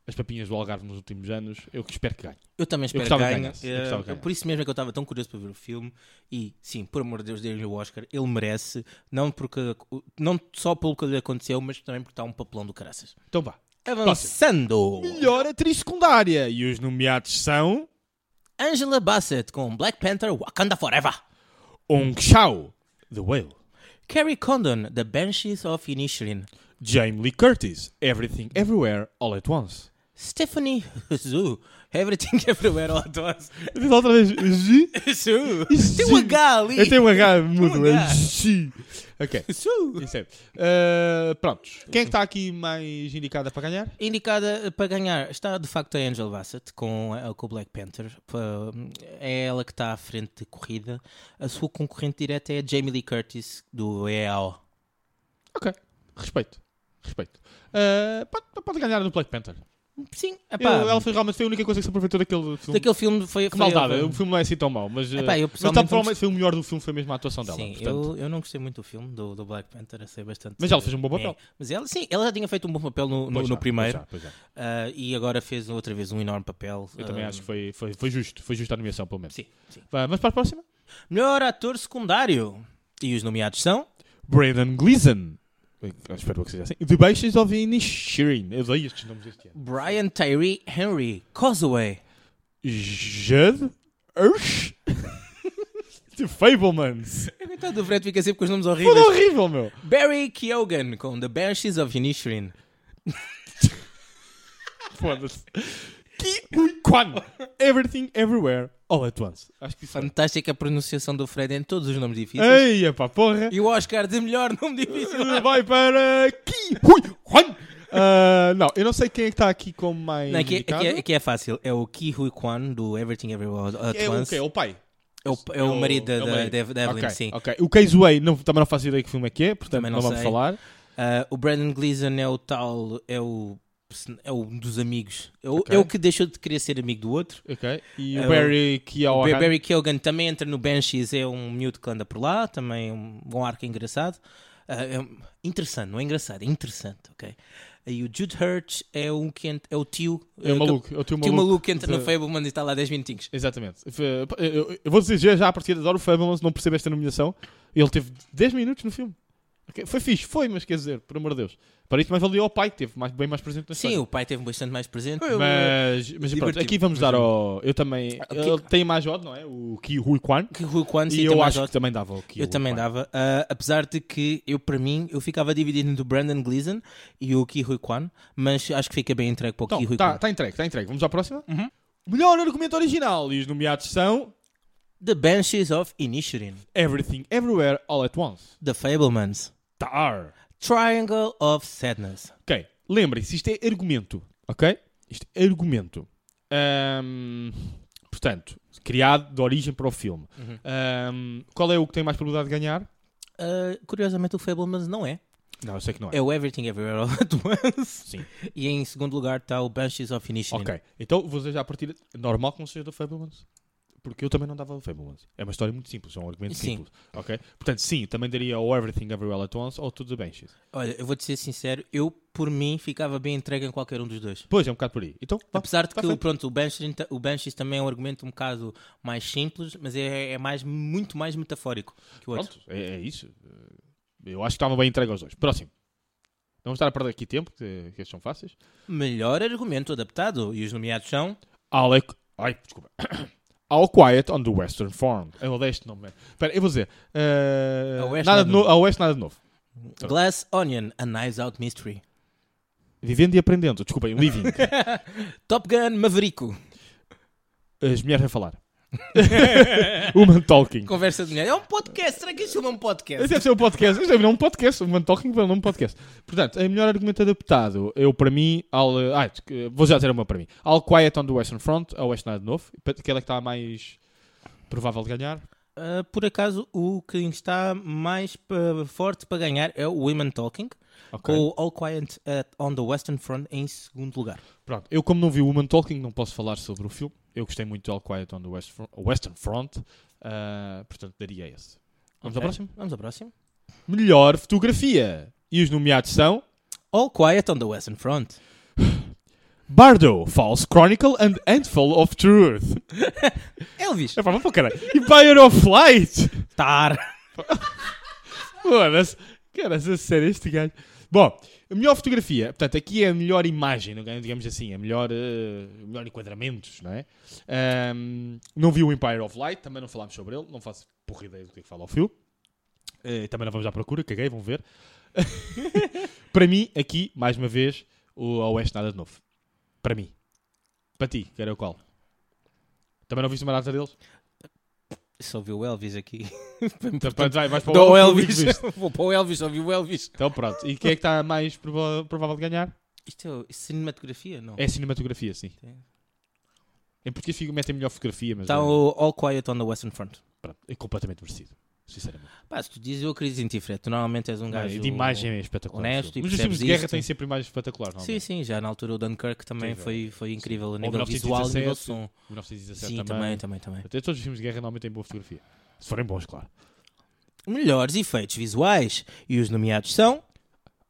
as papinhas do Algarve nos últimos anos. Eu espero que ganhe. Eu também espero que gostava que ganhe. ganhasse, eu Eh, gostava que ganhasse. por isso mesmo é que eu estava tão curioso para ver o filme. E sim, por amor de Deus, dê-lhe o Oscar. Ele merece. Não, porque, não só pelo que lhe aconteceu, mas também porque está um papelão do caraças. Então vá. Avançando! Melhor atriz secundária. E os nomeados são. Angela Bassett com Black Panther Wakanda Forever. Ong Chao, The Whale. Carrie Condon, The Banshees of Inisherin. Jamie Lee Curtis, Everything Everywhere All at Once. Stephanie Zhu. Everything Everywhere All at Once. Diz outra vez, G. Zhu. Isso. Tem um H ali. Eu tenho um H mudo, Um é H. G. Ok, [laughs] Zhu. isso é. Ah, prontos. Quem é que está aqui mais indicada para ganhar? Indicada eh, para ganhar está de facto a Angel Bassett com, eh, com o Black Panther. Pa- É ela que está à frente de corrida. A sua concorrente direta é a Jamie Lee Curtis do EAO. Ok, respeito. Respeito. Ah, pode, pode ganhar no Black Panther. Sim, Eu- epá, ela foi, realmente foi a única coisa que se aproveitou daquele filme. daquele filme foi. Que foi maldade, foi- o filme não é assim tão mau, mas, Epá, eh, eu mas pessoalmente tá, não provavelmente foi o melhor do filme, foi mesmo a atuação dela. Sim, portanto. eu, eu não gostei muito do filme, do, do Black Panther, achei bastante. Mas ela fez um bom É, papel. mas ela, sim, ela já tinha feito um bom papel no, no- Pois no já, primeiro pois já, pois já. ah, e agora fez outra vez um enorme papel. Eu também ah, acho que foi, foi, foi justo, foi justa a nomeação, pelo menos. Sim, sim. Vá, Vamos para a próxima. Melhor ator secundário. E os nomeados são. Brandon Gleeson. Eu Espero que seja assim. The Baixas of Inishirin. Eu dei estes nomes este ano. Brian Tyree Henry, Cosaway, Judd Ursh. The Fablemans. Coitado do Fred fica sempre com os nomes Tudo horríveis. horrível, meu. Barry Keoghan com The Banshees of Inisherin. Foda-se. Ki Ui Kwan. Everything, Everywhere, All at Once. Acho que isso é. Fantástica a pronunciação do Fred em todos os nomes difíceis. Ei, pá, porra. E o Oscar de melhor nome difícil. Vai para Ki Hui Kwan. Ah, não, eu não sei quem é que está aqui como mais. Não, aqui, indicado. aqui é- aqui é fácil. É o Ki Hui Kwan do Everything Everywhere All At É o Once. quê? É o pai? É o, é o marido da, é o da marido. Dev- da Evelyn, Ok, sim. ok. O Caseway não, também não faço ideia que filme é que é, portanto Também não, não vamos sei. falar. Ah, o Brandon Gleeson é o tal. É o. É um dos amigos. É o, Ok. é o que deixou de querer ser amigo do outro. Ok. E É o o- Barry O Keoghan. Barry Keoghan também entra no Banshees, é um miúdo que anda por lá, também um bom arco engraçado. Ah, é um- interessante, não é engraçado, é interessante, ok? E o Jude Hurt é o, que ent- é o tio. É o eh, maluco. É o teu que- Tio maluco. maluco que entra no de- Fableman e está lá 10 minutinhos. Exatamente. F- Eu eu- eu vou dizer já- já a partir de agora o Fabulous não percebe esta nomeação. Ele teve 10 minutos no filme. Ok, Foi fixe, foi, mas quer dizer, por amor de Deus. Para isso mais valia ao pai que teve mais, bem mais presente na Sim, história. o pai teve bastante mais presente. Mas, mas pronto, divertido. aqui vamos dar ao. Eu também. Ah, Ele que- tem mais odd, não é? O Ki Hui Kwan. Que Rui Kwan sim, E tem eu mais acho ódio. que também dava o Ki Eu Hui também Kwan. dava. ah, apesar de que eu, para mim, eu ficava dividido entre o Brandon Gleason e o Ki Rui Kwan, mas acho que fica bem entregue para o Ki Então, Rui tá, Kwan. Uhum. tá entregue, tá entregue. Vamos à próxima? Melhor argumento original. E os nomeados são The Banshees of Inisherin, Everything, Everywhere, All at Once. The Fablemans, Tar. Triangle of Sadness. Ok. Lembrem-se, isto é argumento. Ok? Isto é argumento. Ahm, portanto, criado de origem para o filme. Uhum. Ahm, qual é o que tem mais probabilidade de ganhar? Uh, curiosamente, o Fablemans não é. Não, eu sei que não é. É o Everything Everywhere All at [laughs] Once. Sim. E em segundo lugar está o Banshees of Inisherin. Ok. Então, vou dizer já a partir. é Normal que não seja do Fabulous. Porque eu também não dava o Fabulous. É uma história muito simples, é um argumento Sim. simples. Ok? Portanto, sim, também daria o Everything, Everywhere, All at Once ou tudo the Banshees. Olha, eu vou-te ser sincero, eu, por mim, ficava bem entregue em qualquer um dos dois. Pois, é um bocado por aí. Então, vá. Apesar de tá que, feito. pronto, o Banshees, o Banshees também é um argumento um bocado mais simples, mas é, é mais, muito mais metafórico que o outro. Pronto, é, é isso. Eu acho que estava bem entregue aos dois. Próximo. Não vamos estar a perder aqui tempo, que, que estes são fáceis. Melhor argumento adaptado, e os nomeados são... Alec. Ai, desculpa. [coughs] All Quiet on the Western Front. Eu odeio este nome, man. Espera, eu vou dizer. eh, A Oeste, nada de nada de novo. A Oeste, nada de novo. Glass Onion, A Knives Out Mystery. Vivendo e aprendendo. Desculpem, living. [laughs] Top Gun, Maverico. As mulheres a falar. [laughs] Human Talking. Conversa de mulher. É um podcast, será que isto é um podcast? Esse deve ser um podcast. Esse deve ser um podcast. Human Talking para um nome de podcast. Portanto, é melhor argumento adaptado. Eu, para mim. All, eh, ai, descu- vou já dizer uma para mim. All Quiet on the Western Front. A Oeste, nada de novo. Aquela que está mais provável de ganhar. Uh, por acaso, o que está mais pa- forte para ganhar é o Women Talking, Ok. com o All Quiet at- on the Western Front em segundo lugar. Pronto, eu como não vi o Woman Talking, não posso falar sobre o filme. Eu gostei muito de All Quiet on the West Fro- Western Front, ah, portanto daria esse. Vamos ao Ok? próximo? Vamos ao próximo. Melhor fotografia. E os nomeados são All Quiet on the Western Front. Bardo, False Chronicle and Handful of Truth. Elvis. É pá, vamos para o caralho. Empire of Light. Tar. Foda-se. Cara, a sério, este gajo. Bom, a melhor fotografia, portanto, aqui é a melhor imagem, não é? digamos assim, a melhor, eh, melhor enquadramentos, não é? Ahm, não vi o Empire of Light, também não falámos sobre ele, não faço porra ideia do que é que fala o filme. Eh, também não vamos à procura, caguei, vão ver. [laughs] Para mim, aqui, mais uma vez, o a Oeste nada de novo. Para mim. Para ti, que era o qual? Também não viste uma data deles? Só vi o [laughs] Elvis aqui. Então, pronto, vai, vais para Dou o outro que Elvis. viste. [laughs] Vou para o Elvis, só vi o Elvis. Então pronto. E quem é que está mais prova- provável de ganhar? Isto é cinematografia? Não. É a cinematografia, sim. Sim. Em português fica- metem melhor fotografia, mas Está é, Então o All Quiet on the Western Front. pronto, é completamente merecido. Sinceramente. Pá, se tu dizes eu acredito em ti, Fred. Tu normalmente és um Não, gajo... de imagem é espetacular. honesto sim. e mas os filmes de percebes guerra isto. têm sempre imagens espetaculares, não Sim, sim. Já na altura o Dunkirk também Incrível. foi, foi incrível a Ou nível visual e nível de som. 1917 Sim, também, também. também, também. Até todos os filmes de guerra normalmente têm boa fotografia. Se forem bons, claro. Melhores efeitos visuais. E os nomeados são...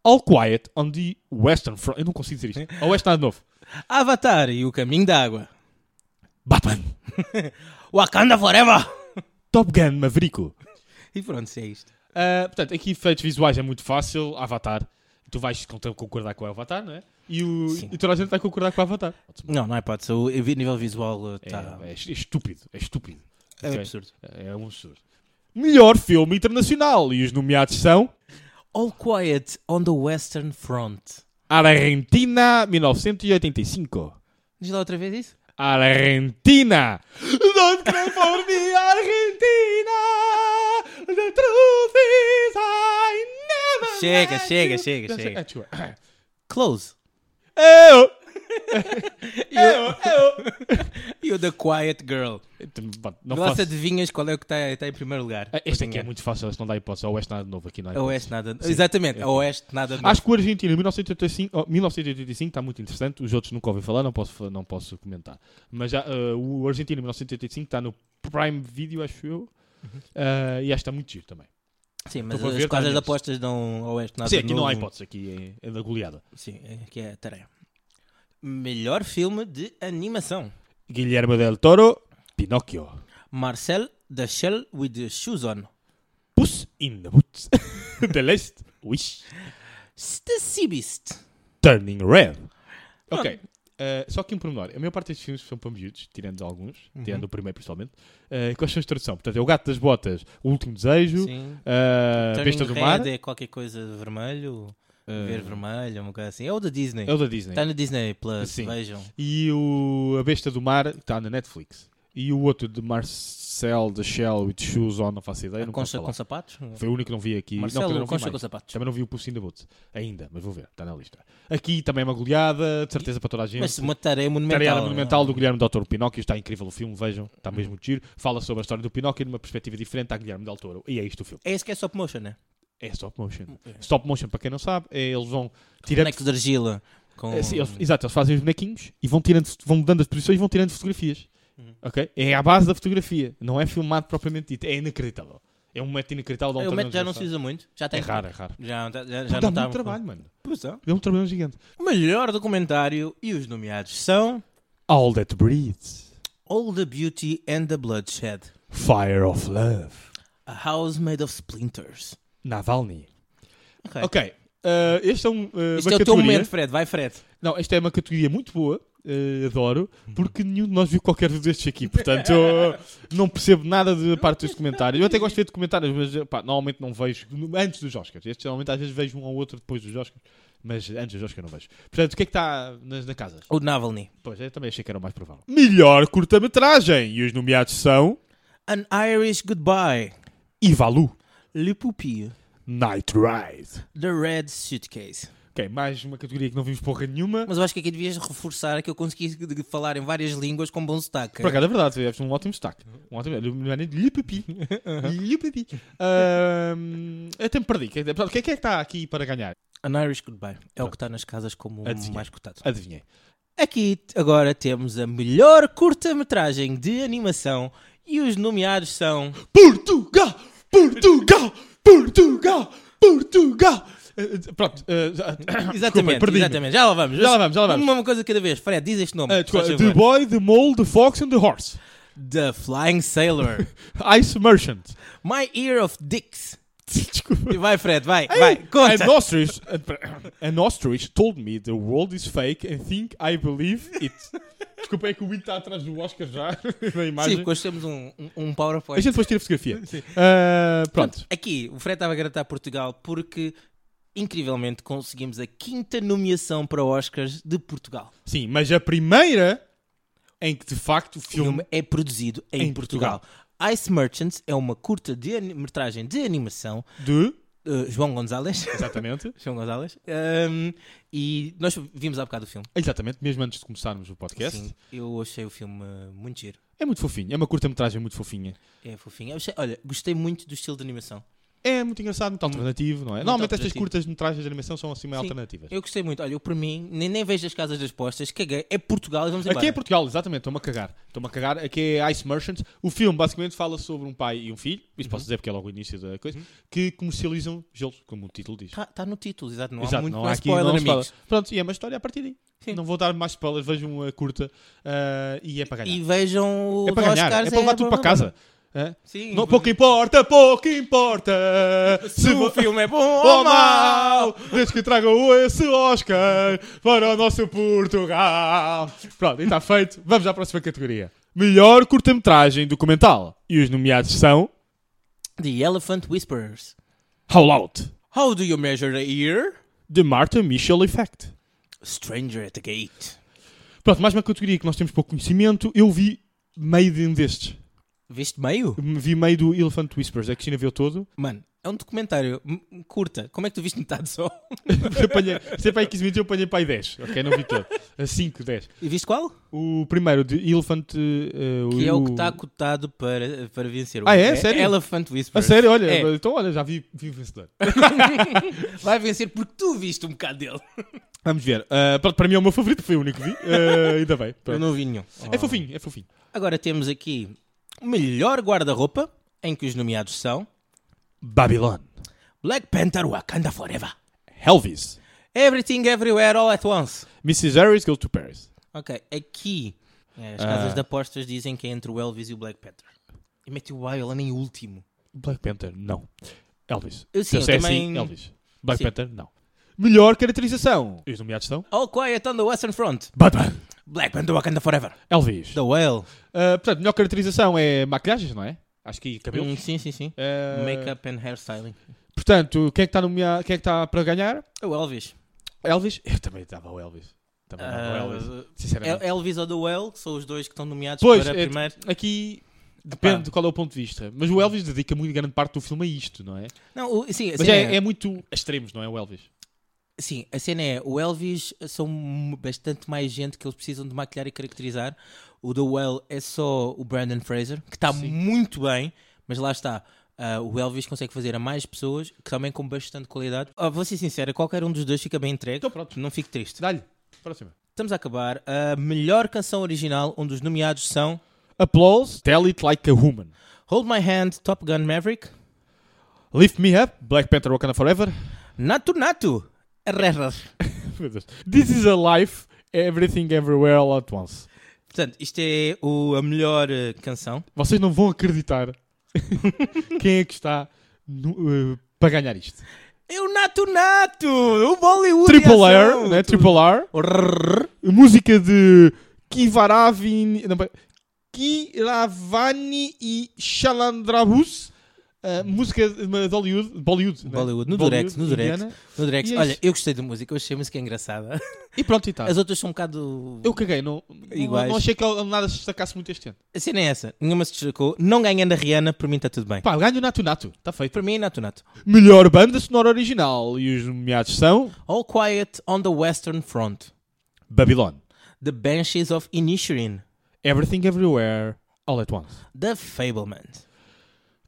All Quiet on the Western Front. Eu não consigo dizer isto. Ao Oeste nada de novo. Avatar e o Caminho da Água. Batman. Wakanda Forever! Top Gun Maverick. E pronto, é isto. Uh, portanto, aqui efeitos visuais é muito fácil. Avatar. Tu vais con- concordar com o Avatar, não é? E, o, Sim. e toda a gente vai concordar com o Avatar. Não, não é hipótese. O a nível visual É, está... é estúpido. É estúpido. É, Ok? absurdo. É um absurdo. Melhor filme internacional. E os nomeados são... All Quiet on the Western Front. Argentina 1985. Diz lá outra vez isso? Argentina. Don't cry for me, Argentina. The truth is I never Chega, let chega, you- chega, Não sei- chega. Ah, desculpa. Close. Eu. E o, [laughs] e o The Quiet Girl. Não Lá faço. se adivinhas qual é o que está em primeiro lugar. Ah, Este aqui é Adivinhar. muito fácil, este não dá hipótese. A Oeste nada de novo aqui, não é? A Oeste nada. Exatamente, a Oeste nada. de- Acho que o Argentina 1985 oh, 1985 está muito interessante. Os outros nunca ouvi falar, não posso, fa- não posso comentar. Mas já, ah, o Argentina 1985 está tá no Prime Video, acho eu. Ah, e acho que está muito giro também. Sim, mas estou a as ver, quadras tá, de apostas dão a Oeste nada. Sim, de aqui não novo. há hipótese, aqui é, é da goleada. Sim, aqui é a tarefa. Melhor filme de animação. Guilherme del Toro, Pinóquio. Marcel The Shell with the Shoes On. Puss in the Boots. [laughs] the Last Wish. The Sea Beast. Turning Red. Ah. Ok. eh, só que em pormenor, a maior parte destes filmes são para miúdos, tirando alguns, Uhum. tirando o primeiro principalmente. Eh, quais são as traduções? Portanto, é o Gato das Botas, O Último Desejo, Sim. eh, Turning Besta do Mar. Red é qualquer coisa de vermelho. eh, Ver vermelho, uma coisa assim. É o da Disney. É o da Disney. Está no Disney Plus, Sim. vejam. E o A Besta do Mar, que está na Netflix. E o outro de Marcel the Shell with Shoes On, não faço ideia. A Não posso Concha falar. com sapatos? Foi o único que não vi aqui. não, quer dizer, Marcelo não vi Concha mais. com sapatos. Também não vi o Puss in the Boots ainda, mas vou ver, está na lista. Aqui também é uma goleada, de certeza para toda a gente. Mas uma tarefa monumental. Tareada não é? Monumental do Guilherme Del Toro Pinóquio, está incrível o filme, vejam, está mesmo giro. Fala sobre a história do Pinóquio numa perspectiva diferente à Guilherme Del Toro. E é isto o filme. É esse que é stop motion, né? É stop motion. Stop motion, para quem não sabe, é eles vão tirando. Bonecos de argila. Com... É, sim, eles- exato, eles fazem os bonequinhos e vão, tirando, vão mudando as posições e vão tirando fotografias. Hum. Ok? É à base da fotografia, não é filmado propriamente dito. É inacreditável. É um método inacreditável. dá um Eu meto trabalho já não se desgraçado. usa muito. Já tem. É raro, é raro. Já, já, já Porque não dá está- muito trabalho, mano. Pois é. Deu um trabalho gigante. Melhor documentário e os nomeados são All That Breathes. All the Beauty and the Bloodshed, Fire of Love. A House Made of Splinters. Navalny. Ok. Ok. eh, este é, um, eh, Este uma é o teu categoria. momento, Fred. Vai, Fred. Não, esta é uma categoria muito boa. eh, adoro. Porque nenhum de nós viu qualquer um destes aqui. [laughs] Portanto, eu não percebo nada da parte dos comentários. Eu até gosto de ver documentários, mas eh, pá, normalmente não vejo antes dos Oscars. Estes normalmente às vezes vejo um ou outro depois dos Oscars. Mas antes dos Oscars não vejo. Portanto, o que é que está nas- na casa? O Navalny. Pois, eu também achei que era o mais provável. Melhor curta-metragem. E os nomeados são... An Irish Goodbye. Ivalu. Le Poupie. Night Ride. The Red Suitcase. Ok, mais uma categoria que não vimos porra nenhuma. Mas eu acho que aqui devias reforçar que eu consegui de- de falar em várias línguas com bom sotaque. Por acaso é verdade, tiveste um ótimo destaque. Um ótimo destaque. Lhe [laughs] papi. Lhe papi. Ahm, Eu até me perdi. Que- portanto, Quem é que está aqui para ganhar? An Irish Goodbye. É o que está nas casas como o Adivinhei. mais cotado. Adivinhei. Aqui t- agora temos a melhor curta-metragem de animação e os nomeados [laughs] são Portugal! Portugal! Portugal! Portugal! Ah, Pronto. ah, já- [coughs] Desculpa, Exatamente, perdi-me. exatamente. Já lá vamos. Já lá vamos, já lá vamos. Uma coisa cada vez. Fred, diz este nome. Ah, desculpa, se faz the favor. Boy, The Mole, The Fox and The Horse. [laughs] The Flying Sailor. Ice Merchant. [laughs] My Ear of Dix. Desculpa. Vai, Fred, vai, vai, conta. An ostrich, [coughs] an ostrich told me the world is fake and think I believe it. Desculpa, é que o Win está atrás do Oscar já, [laughs] na Sim, imagem. porque hoje temos um, um, um a PowerPoint. gente depois tira a fotografia. Ah, pronto. Aqui, o Fred estava a gratar Portugal porque, incrivelmente, conseguimos a quinta nomeação para Oscars de Portugal. Sim, mas a primeira em que de facto o O filme filme. é produzido em, Em Portugal. Ice Merchants é uma curta de ani- metragem de animação. De. Uh, João Gonzalez. [laughs] Exatamente. João Gonzalez. Um, e nós vimos há bocado o filme. Exatamente, mesmo antes de começarmos o podcast. Sim, eu achei o filme uh, muito giro. É muito fofinho, é uma curta-metragem muito fofinha. É fofinho. Eu achei- olha, gostei muito do estilo de animação. É muito engraçado, muito alternativo, não é? Muito Normalmente estas alternativo. curtas-metragens de animação são assim meio Sim, alternativas. Eu gostei muito. Olha, eu para mim, nem, nem vejo as casas das postas. Caguei. É Portugal e vamos embora. Aqui é Portugal, exatamente, estou-me a cagar. Estou-me a cagar. Aqui é Ice Merchant. O filme basicamente fala sobre um pai e um filho, isso Uhum. posso dizer porque é logo o início da coisa, que comercializam gelos, como o título diz. Está Tá, no título, exato. Não há Exato, muito não há mais aqui spoiler, não se fala. amigos. Pronto, e é uma história a partir daí. Sim. Não vou dar mais spoilers, vejam a curta ah, e é para ganhar. E vejam o É para ganhar, Oscars, é para levar tudo para blá, blá, casa. blá. Hã? Sim. Não, pouco importa, pouco importa se Se o vo- filme é bom ou Oh mau. mal, desde que tragam esse Oscar para o nosso Portugal. Pronto, e está feito. Vamos à próxima categoria. Melhor curta-metragem documental. E os nomeados são The Elephant Whispers. Howl Out, How do you measure the ear? The Martha Mitchell Effect. Stranger at the Gate. Pronto, mais uma categoria que nós temos pouco conhecimento. Eu vi meio de um destes. Viste meio? Vi meio do Elephant Whispers. é A Cristina viu todo. Mano, é um documentário m- curta. Como é que tu viste metade só? Eu apanhei, se é para aí 15 minutos, eu apanhei para aí 10. Ok, não vi todo. A 5, 10. E viste qual? O primeiro, de Elephant... eh, Que é o que está cotado para, para vencer. Ah, é? Sério? Elephant A Whispers. sério, olha, É. então olha, já vi, vi vencedor. Vai vencer porque tu viste um bocado dele. Vamos ver. Ah, pronto, para mim é o meu favorito, foi o único que vi. Ah, ainda bem. Eu pronto. não vi nenhum. É fofinho, é fofinho. Agora temos aqui o melhor guarda-roupa, em que os nomeados são Babylon. Black Panther Wakanda Forever. Elvis. Everything Everywhere All at Once. Mrs. Harris Goes to Paris. Ok, aqui é, as casas de apostas dizem que é entre o Elvis e o Black Panther. E mete é o Viola em último. Black Panther, não. Elvis. Eu sim, Se eu é também- assim, Elvis. Black Sim. Panther, não. Melhor caracterização. E os nomeados são? All Quiet on the Western Front. Batman. Black Panther Wakanda Forever. Elvis. The Whale. Ah, portanto, melhor caracterização é maquilhagens, não é? Acho que cabelo. Ah, Hum, sim, sim, sim. Makeup and hairstyling. É Portanto, quem é que está nomea- quem é que está para ganhar? O Elvis. Elvis. Eu também dava o Elvis. É Também dava o Elvis. Ah, Sinceramente. El- Elvis ou The Whale, que são os dois que estão nomeados Pois, para é, primeiro. Aqui depende de qual é o ponto de vista. Mas o Elvis dedica muito grande parte do filme a isto, não é? Não, o- sim, a Mas cena é, é, é muito a extremos, não é? O Elvis. sim, a cena é: o Elvis são m- bastante mais gente que eles precisam de maquilhar e caracterizar. O The Whale é só o Brandon Fraser, que está Sim. muito bem, mas lá está. ah, o Elvis consegue fazer a mais pessoas, que também com bastante qualidade. Ah, vou ser sincero, qualquer um dos dois fica bem entregue. Então pronto. Não fico triste. Dá-lhe. Próxima. Estamos a acabar. A melhor canção original, onde os nomeados são Applause. Tell It Like a Woman. Hold My Hand, Top Gun Maverick, Lift Me Up. Black Panther Wakanda Forever. [laughs] Natu Natu, RR. Meu Deus. This is a life. Everything Everywhere All at Once. Portanto, isto é o, a melhor eh, canção. Vocês não vão acreditar [laughs] quem é que está no- eh, para ganhar isto. É o Natu Natu, o Bollywood. Triple em R, ação. né? Triple R. O RR. Música de Kivaravin. Não, pera- Kiravani e Shalandrabus. Uh, música de uma de Hollywood. Bollywood. né? Bollywood, no direct, no direct. indiana. No direct. E é Olha, isso. eu gostei da música, eu achei a música engraçada. E pronto, e tá. As outras são um bocado. Eu caguei, não, não, Iguais. não achei que ela- nada se destacasse muito este ano. A cena é essa, nenhuma se destacou. Não ganhando a Rihanna, para mim está tudo bem. Pá, ganho Nato Nato, está feito. Para mim é Natu Natu. Melhor banda sonora original e os nomeados são All Quiet on the Western Front, Babylon, The Banshees of Inisherin, Everything Everywhere, All at Once. The Fableman.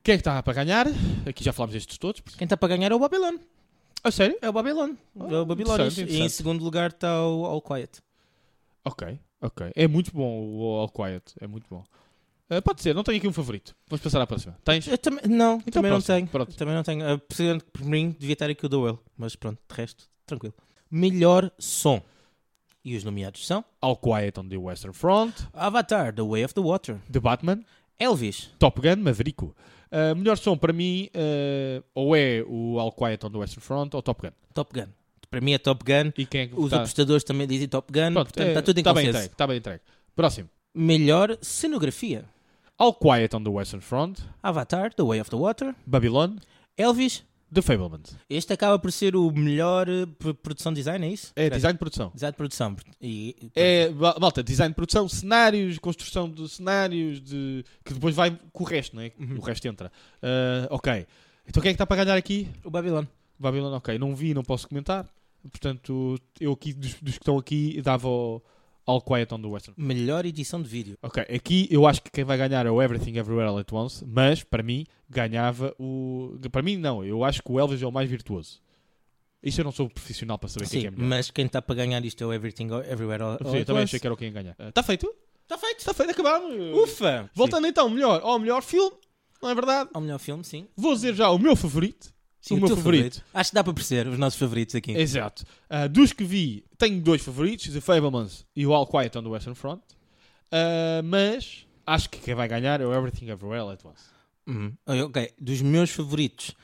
Quem é que está para ganhar? Aqui já falámos destes todos. Quem está para ganhar é o Babylon. A sério? É o Babylon. é o Babylon. Ah, interessante, E em interessante. segundo lugar está o All Quiet. Ok, ok. É muito bom o All Quiet, é muito bom. Eh, pode ser, não tenho aqui um favorito. Vamos passar à próxima. Tens? Eu também, não, Então também não próximo, tenho. pronto. Também não tenho. Ah, Precisando por mim, devia estar aqui o Duel. Mas pronto, de resto, tranquilo. Melhor som. E os nomeados são All Quiet on the Western Front, Avatar, The Way of the Water, The Batman, Elvis, Top Gun, Maverick, Ah, melhor som para mim ah, ou é o All Quiet on the Western Front ou Top Gun. Top Gun. Para mim é Top Gun. E quem é que Os tá- apostadores também dizem Top Gun. Pronto, portanto, é, está tudo em tá bem consenso. entregue, Está bem entregue. Próximo. Melhor cenografia. All Quiet on the Western Front, Avatar, The Way of the Water. Babylon, Elvis. The Fablemans. É Este acaba por ser o melhor eh, pro- produção design, é isso? É design de produção. Design de produção. E, É, ba- malta, design de produção, cenários, construção de cenários, de, que depois vai com o resto, não é? O resto entra. Ah, ok. Então quem é que está para ganhar aqui? O Babylon. Babylon, ok. Não vi, não posso comentar. Portanto, eu aqui, dos, dos que estão aqui, dava o All Quiet on the Western. Melhor edição de vídeo. Ok, aqui eu acho que quem vai ganhar é o Everything Everywhere All At Once, mas para mim ganhava o. Para mim, não, eu acho que o Elvis é o mais virtuoso. Isto eu não sou profissional para saber quem é que Sim, é melhor. mas quem está para ganhar isto é o Everything All- Everywhere All, Sim, all eu at também Once. achei que era o quem ia ganhar. Está feito? Está feito. Está feito, acabámos. Ufa! Voltando então, melhor, ao melhor filme, não é verdade? Ao melhor filme, sim. Vou dizer já o meu favorito. Sim, o meu teu favorito. Acho que dá para perceber os nossos favoritos aqui. Exato. Ah, dos que vi, tenho dois favoritos: The Fablemans e o All Quiet on the Western Front. Ah, mas acho que quem vai ganhar é o Everything Everywhere All At Once. Uhum. Hum, Ok, dos meus favoritos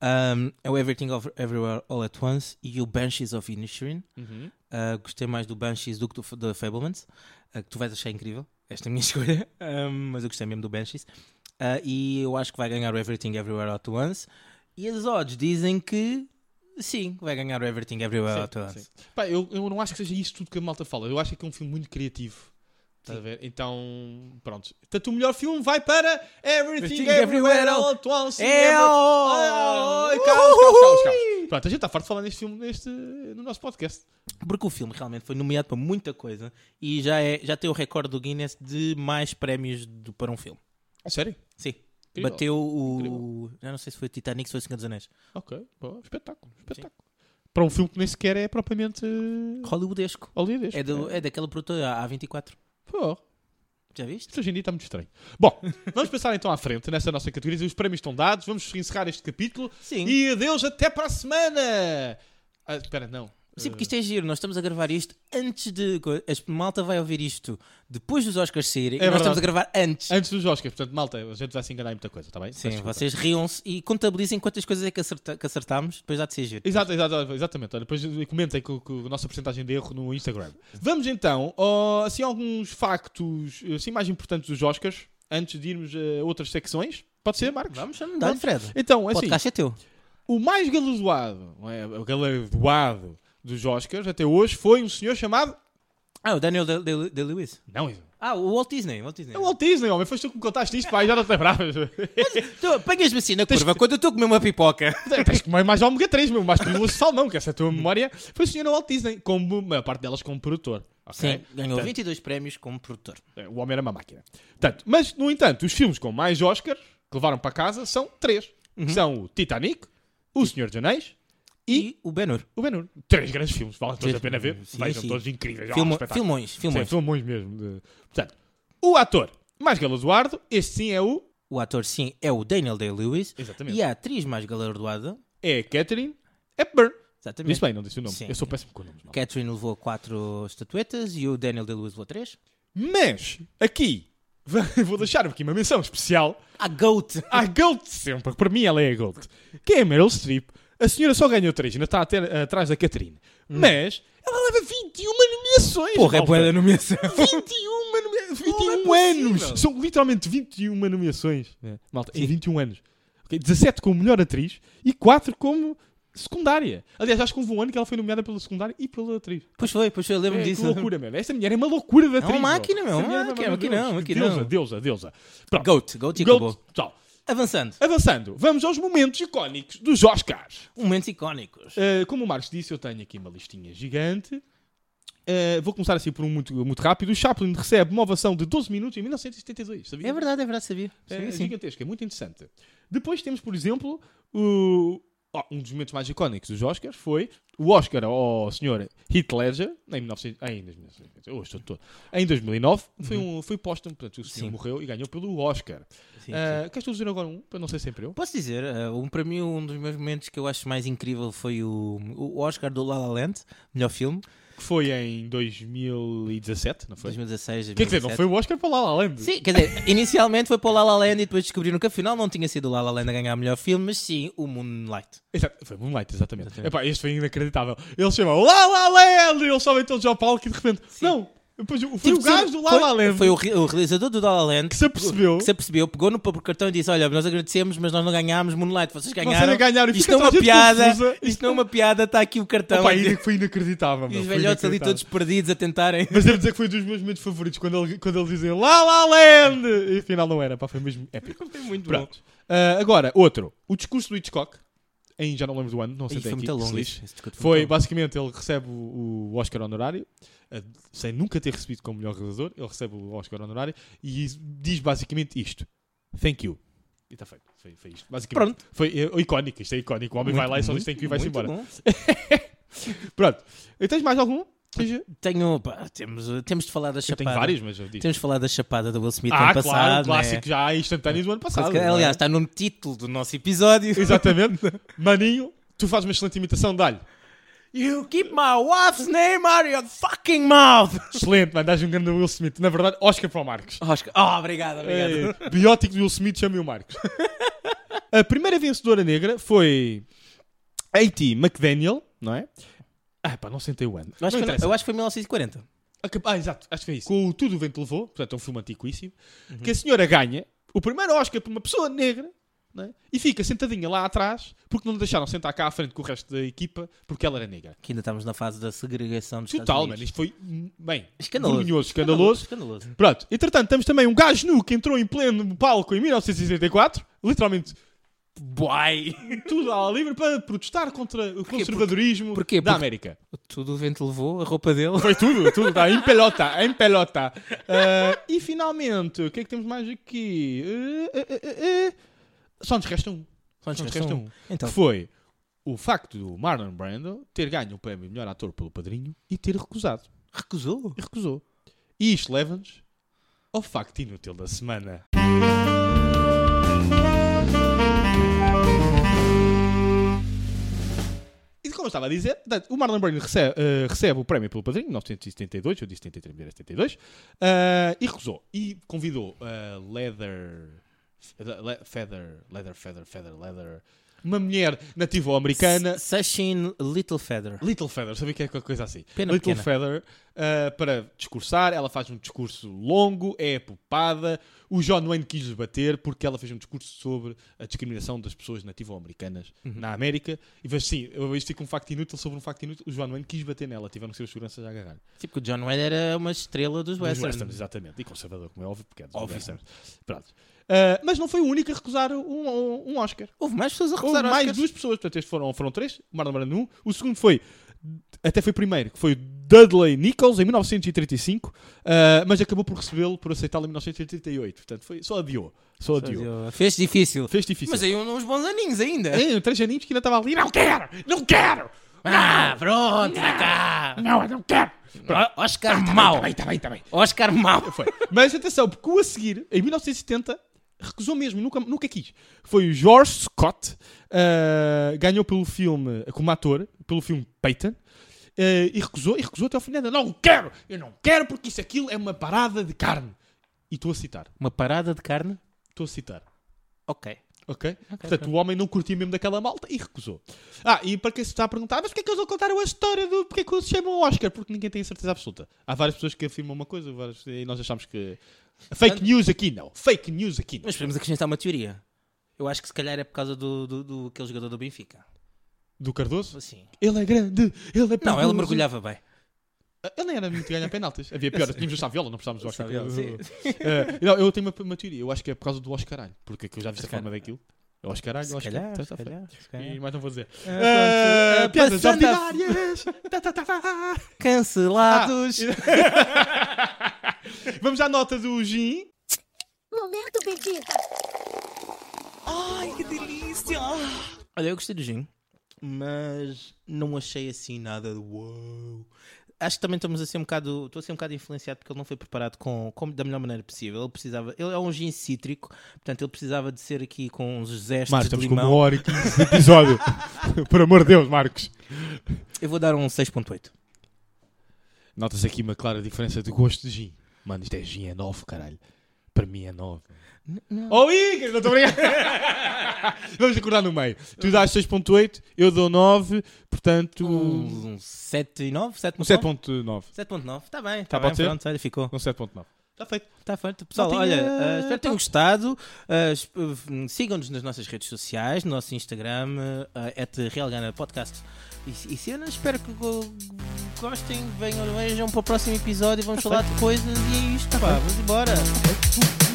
um, é o Everything of Everywhere All at Once e o Banshees of Inisherin. Uhum. Uh, gostei mais do Banshees do que do, F- do Fablemans, uh, que tu vais achar incrível. Esta é a minha [laughs] escolha, Um, mas eu gostei mesmo do Banshees. Uh, e eu acho que vai ganhar o Everything Everywhere All at Once. E as odds dizem que sim, vai ganhar o Everything Everywhere All at Sim, Once. sim. Pá, eu, eu não acho que seja isso tudo que a malta fala. Eu acho que é um filme muito criativo. Estás a ver? Então, pronto. Portanto, o melhor filme vai para Everything, Everything Everywhere Everywhere All At Once. É, Ever- ó! Ai, Ah, Calma, calma, calma, calma. Pronto, a gente está farto de falar neste filme neste, no nosso podcast. Porque o filme realmente foi nomeado para muita coisa e já, é, já tem o recorde do Guinness de mais prémios do- para um filme. Sério? Sim. Incrível. Bateu o. Incrível. Já não sei se foi o Titanic, se foi o Senhor dos Anéis. Ok, Bom, espetáculo, espetáculo. Para um filme que nem sequer é propriamente eh, Hollywoodesco. hollywoodesco. né? É, do, é daquela produtora A24. Pô, Já viste? Isto hoje em dia está muito estranho. Bom, [laughs] vamos passar então à frente nessa nossa categoria. Os prémios estão dados, vamos encerrar este capítulo. Sim. E adeus, até para a semana! Ah, espera, não. Sim, porque isto é giro. Nós estamos a gravar isto antes de. co- A malta vai ouvir isto depois dos Oscars saírem É e nós verdade. estamos a gravar antes. Eh, Antes dos Oscars, portanto, malta, a gente vai se enganar em muita coisa, está bem? Sim, Peço desculpa. vocês riam-se e contabilizem quantas coisas é que, acerta- que acertámos, depois há de ser giro. Exato, exato, exatamente. Olha, Depois comentem com, com a nossa porcentagem de erro no Instagram. Vamos então, ao- assim, alguns factos assim, mais importantes dos Oscars, antes de irmos a outras secções. Pode ser, Marcos? Vamos, dá-lhe, Fred. Então, O assim, Tá, podcast é teu. o mais galardoado, não é? O galardoado dos Oscars até hoje foi um senhor chamado. Ah, o Daniel Day- Day Lewis. Não, isso. Ah, o Walt Disney. Walt Disney. É o Walt Disney, homem. Foste tu que me contaste isto, pá, já não te lembravas. [laughs] Tu apanhas-me assim na curva quando eu estou a comer uma pipoca. Tens que comer mais ômega 3, meu. Mais pílulas de salmão, que essa é a tua memória. Foi o senhor Walt Disney, como a maior parte delas como produtor. ok? Sim, ganhou Portanto, 22 prémios como produtor. É, O homem era uma máquina. Portanto, mas, no entanto, os filmes com mais Oscar que levaram para casa são três. Uhum. que São o Titanic, O Senhor dos Anéis e, E o Ben-Hur. o Ben-Hur. Três grandes filmes. Vale todos a pena ver. Sim, Vejam sim. todos incríveis. Ah, Filmo- espetáculo. filmões, Sim, filmões. filmões mesmo. de- Portanto, o ator mais galardoado, este sim é o... O ator, sim, é o Daniel Day-Lewis. Exatamente. E a atriz mais galardoada, É Catherine Hepburn. exatamente, Disse bem, não disse o nome. Sim. Eu sou péssimo com nomes. malta. Catherine levou quatro estatuetas e o Daniel Day-Lewis levou três. Mas, aqui, [laughs] vou deixar aqui uma menção especial A GOAT! à Gold de sempre. Para mim, ela é a Gold. Que é a Meryl Streep. A senhora só ganhou 3, ainda está até, atrás da Catherine. Mas, ela leva 21 nomeações. Hum. Porra, é malta. boa da [laughs] nomeação. 21, nome- 21 Não é anos! possível. É. São literalmente 21 nomeações. né? Malta, em 21 anos. Ok, 17 como melhor atriz e 4 como secundária. Aliás, acho que houve um ano que ela foi nomeada pela secundária e pela atriz. Pois foi, pois foi, eu lembro É, disso. Que loucura, mesmo. Esta mulher é uma loucura da uma atriz. máquina, meu, Esta uma mulher é máquina, aqui deusa, não, aqui deusa, não. Deusa, deusa, Pronto. GOAT, GOAT e Goat. acabou. Tchau. Avançando, Avançando, vamos aos momentos icónicos dos Oscars. momentos icónicos. Uh, como o Marcos disse, eu tenho aqui uma listinha gigante. Uh, vou começar assim por um muito, muito rápido. O Chaplin recebe uma ovação de 12 minutos em 1972. Sabia? É verdade, é verdade, sabia. É Sabia, sim. gigantesco, é muito interessante. Depois temos, por exemplo, o- oh, um dos momentos mais icónicos dos Oscars foi o Oscar ao senhor Heath Ledger, em, 1900, em, 1900, hoje estou todo- em 2009, foi, um, foi póstumo, portanto o senhor Uhum. Sim. morreu e ganhou pelo Oscar. Sim, Ah, Queres tu dizer agora um, para não ser sempre eu? Posso dizer, eh, um, para mim um dos meus momentos que eu acho mais incrível foi o, o Oscar do La La Land, melhor filme. que foi em 2017, não foi? 2016, Quer dizer, não foi o Oscar para o La La Land. Sim, quer dizer, inicialmente foi para o La La Land e depois descobriram que afinal não tinha sido o La La Land a ganhar o melhor filme, mas sim o Moonlight. Exato, foi Moonlight, exatamente. Exatamente. Epá, este foi inacreditável. Eles chamam La La Land e eles sobem todos ao palco e de repente... Não, depois, o- foi Tipo, o gajo sim, do La foi- La Land Foi o, re- o realizador do La La Land que se apercebeu... que se apercebeu, pegou no papel cartão e disse: Olha, nós agradecemos, mas nós não ganhámos Moonlight, vocês ganharam. Vocês ganharam, e isto fica não é toda uma a gente piada, confusa. isto não é uma piada, está aqui o cartão. Opa, e ainda que foi inacreditável, e meu. os foi velhotes ali inacreditável. todos perdidos a tentarem. Mas devo dizer que foi dos meus momentos favoritos quando, ele, quando eles dizem La La Land! E afinal não era, pá, foi mesmo épico. Muito Pronto. Ah, agora, outro. O discurso do Hitchcock, em já não lembro do ano, não sei Ih, até foi aqui. muito se longo. lixe. esse- esse discurso Foi, muito longo. basicamente, ele recebe o o Oscar honorário, eh, sem nunca ter recebido como melhor realizador, ele recebe o Oscar honorário e diz basicamente isto. Thank you. E está feito. Foi, foi isto. Basicamente. Pronto. Foi eh, icónico. Isto é icónico. O homem vai lá e só diz Muito, thank you e vai-se muito embora. bom. Pronto. E tens mais algum? Seja- Tenho, pá, temos, uh, temos de falar da Eu chapada. tenho vários, mas eu digo. Temos de falar da chapada do Will Smith Ah, ano claro, passado. clássico né? já instantâneo do ano passado. Coisa que- não é? Aliás, está no título do nosso episódio. Exatamente. Maninho, tu fazes uma excelente imitação, dá-lhe. [laughs] You keep my wife's name out of your fucking mouth! Excelente, mano, dás um grande Will Smith. Na verdade, Oscar para o Marcos. Oscar. Oh, obrigado, obrigado. É, biótico de Will Smith, chame o Marcos. A primeira vencedora negra foi A.T. McDaniel, não é? Ah, pá, não sentei o ano. Eu acho, Não que, foi- interessa. eu acho que foi 1940. Acab- Ah, exato, acho que foi isso. Com o Tudo o Vento Levou, portanto é um filme antiquíssimo, Uhum. que a senhora ganha o primeiro Oscar para uma pessoa negra não é? e fica sentadinha lá atrás porque não deixaram sentar cá à frente com o resto da equipa porque ela era negra. Que ainda estamos na fase da segregação dos Total, Estados mano, Unidos. isto foi, hum, bem, Escandaloso. vergonhoso, escandaloso. Escandaloso. escandaloso. Pronto, entretanto, temos também um gajo nu que entrou em pleno palco em 1964, literalmente Buai. tudo à livre para protestar contra o conservadorismo Porquê? da Porque- América. Tudo o vento levou, a roupa dele. Foi tudo, tudo, tá em pelota, em pelota. Ah, e finalmente, o que é que temos mais aqui? Ah, ah, ah, ah, ah. Só nos resta um. Só nos Só nos resta resta um. um. Então, Que foi o facto do Marlon Brando ter ganho o prémio de melhor ator pelo padrinho e ter recusado. recusou? E recusou. E isto leva-nos ao facto inútil da semana. E como eu estava a dizer, portanto, o Marlon Brando recebe, eh, recebe o prémio pelo padrinho, 1972, eu disse 73, mas era 72, eh, e recusou. E convidou eh, Leather. eh, Le- Feather, Leather, Feather, Feather, Leather. Uma mulher nativo-americana. Sashin Little Feather. Little Feather, sabia que é qualquer coisa assim. Pena Little pequena. Feather ah, para discursar, ela faz um discurso longo, é apopada. O John Wayne quis lhe bater porque ela fez um discurso sobre a discriminação das pessoas nativo-americanas Uhum. na América. E vejo sim, eu isto fica um facto inútil sobre um facto inútil. O John Wayne quis bater nela, tiveram que ser os seguranças a agarrar. Tipo que o John Wayne era uma estrela dos Dos westerns. westerns, exatamente. E conservador, como é óbvio, porque é dos Óbvio. westerns. Pronto. Ah, mas não foi o único a recusar um, um- um Oscar. Houve mais pessoas a Houve recusar mais Oscars. duas pessoas, portanto, estes foram, foram três, o Marlon Brando um. O segundo foi, até foi o primeiro, que foi o Dudley Nichols, em 1935, ah, mas acabou por recebê-lo, por aceitá-lo em 1938. Portanto, foi, só adiou. Só, adiou. Fez difícil. Fez difícil. Mas aí uns bons aninhos ainda. É, três aninhos que ainda estava ali, não quero, não quero, Ah! Ah, pronto, vai cá. não, eu não quero. Ó- Oscar Está mau. bem, está bem, está bem. Oscar mau. Foi. Mas atenção, porque o a seguir, em 1970, recusou mesmo, nunca, nunca quis. Foi o George Scott, ah, ganhou pelo filme, como ator, pelo filme Peyton, ah, e recusou, e recusou até ao fim da Não quero, eu não quero porque isso aquilo é uma parada de carne. E estou a citar, Uma parada de carne? estou a citar. Ok. Ok? Portanto, o homem não curtia mesmo daquela malta e recusou. Ah, e para quem se está a perguntar, mas porque é que eles não contaram a história do porque é que eles se chamam Oscar? Porque ninguém tem a certeza absoluta. Há várias pessoas que afirmam uma coisa várias- e nós achamos que. Fake news aqui não. Fake news aqui não. Mas podemos acrescentar uma teoria. Eu acho que se calhar é por causa do, do, do aquele jogador do Benfica. Do Cardoso? Assim. Ele é grande, ele é Não, perigoso. ele mergulhava bem. Ah, Ele nem era muito ganhar penaltis. Havia [laughs] pior, tínhamos o Saviola, não precisávamos do Oscar. Saviola, sim. [laughs] Ah, não, eu tenho uma, uma teoria, eu acho que é por causa do Oscaralho. Porque é que eu já vi a Oscar- forma daquilo. É o Oscaralho, Se eu acho que calhar, tá- se tá feito. calhar, então, se calhar. E mais não vou dizer. Ah, Ah, É, piadas passando a- ordinárias! Tá, tá, tá, tá. Cancelados. Vamos à nota do Gin. Momento pedido. Ai, que delícia! Olha, eu gostei do gin, mas não achei assim nada de uou. Acho que também estamos a ser um bocado, estou a ser um bocado influenciado porque ele não foi preparado com, com- da melhor maneira possível. Ele precisava, ele é um gin cítrico, portanto ele precisava de ser aqui com uns zestes Marcos, de estamos com limão. uma hora e 15 de [laughs] episódio. Por amor de Deus, Marcos. Eu vou dar um 6.8. Notas aqui uma clara diferença de gosto de gin. Mano, isto é gin, é novo, caralho. Para mim é novo. Oh, Igor, não estou brincando. [laughs] Vamos acordar no meio. Tu dás 6.8, eu dou 9, portanto... Um 7 e 9? Um 7.9? Então? 7.9. 7.9, está tá bem. Está Tá, pode bem, ser? pronto, olha, ficou. Não 7.9. Está feito. Está Tá feito. Pessoal, Maltinha, olha, ah, espero que então. tenham gostado. Ah, esp- hum, Sigam-nos nas nossas redes sociais, no nosso Instagram, uh, realganapodcast e, e cenas. Espero que go- gostem, venham, vejam para o próximo episódio. Vamos falar de coisas e é isto. pá. Vamos embora.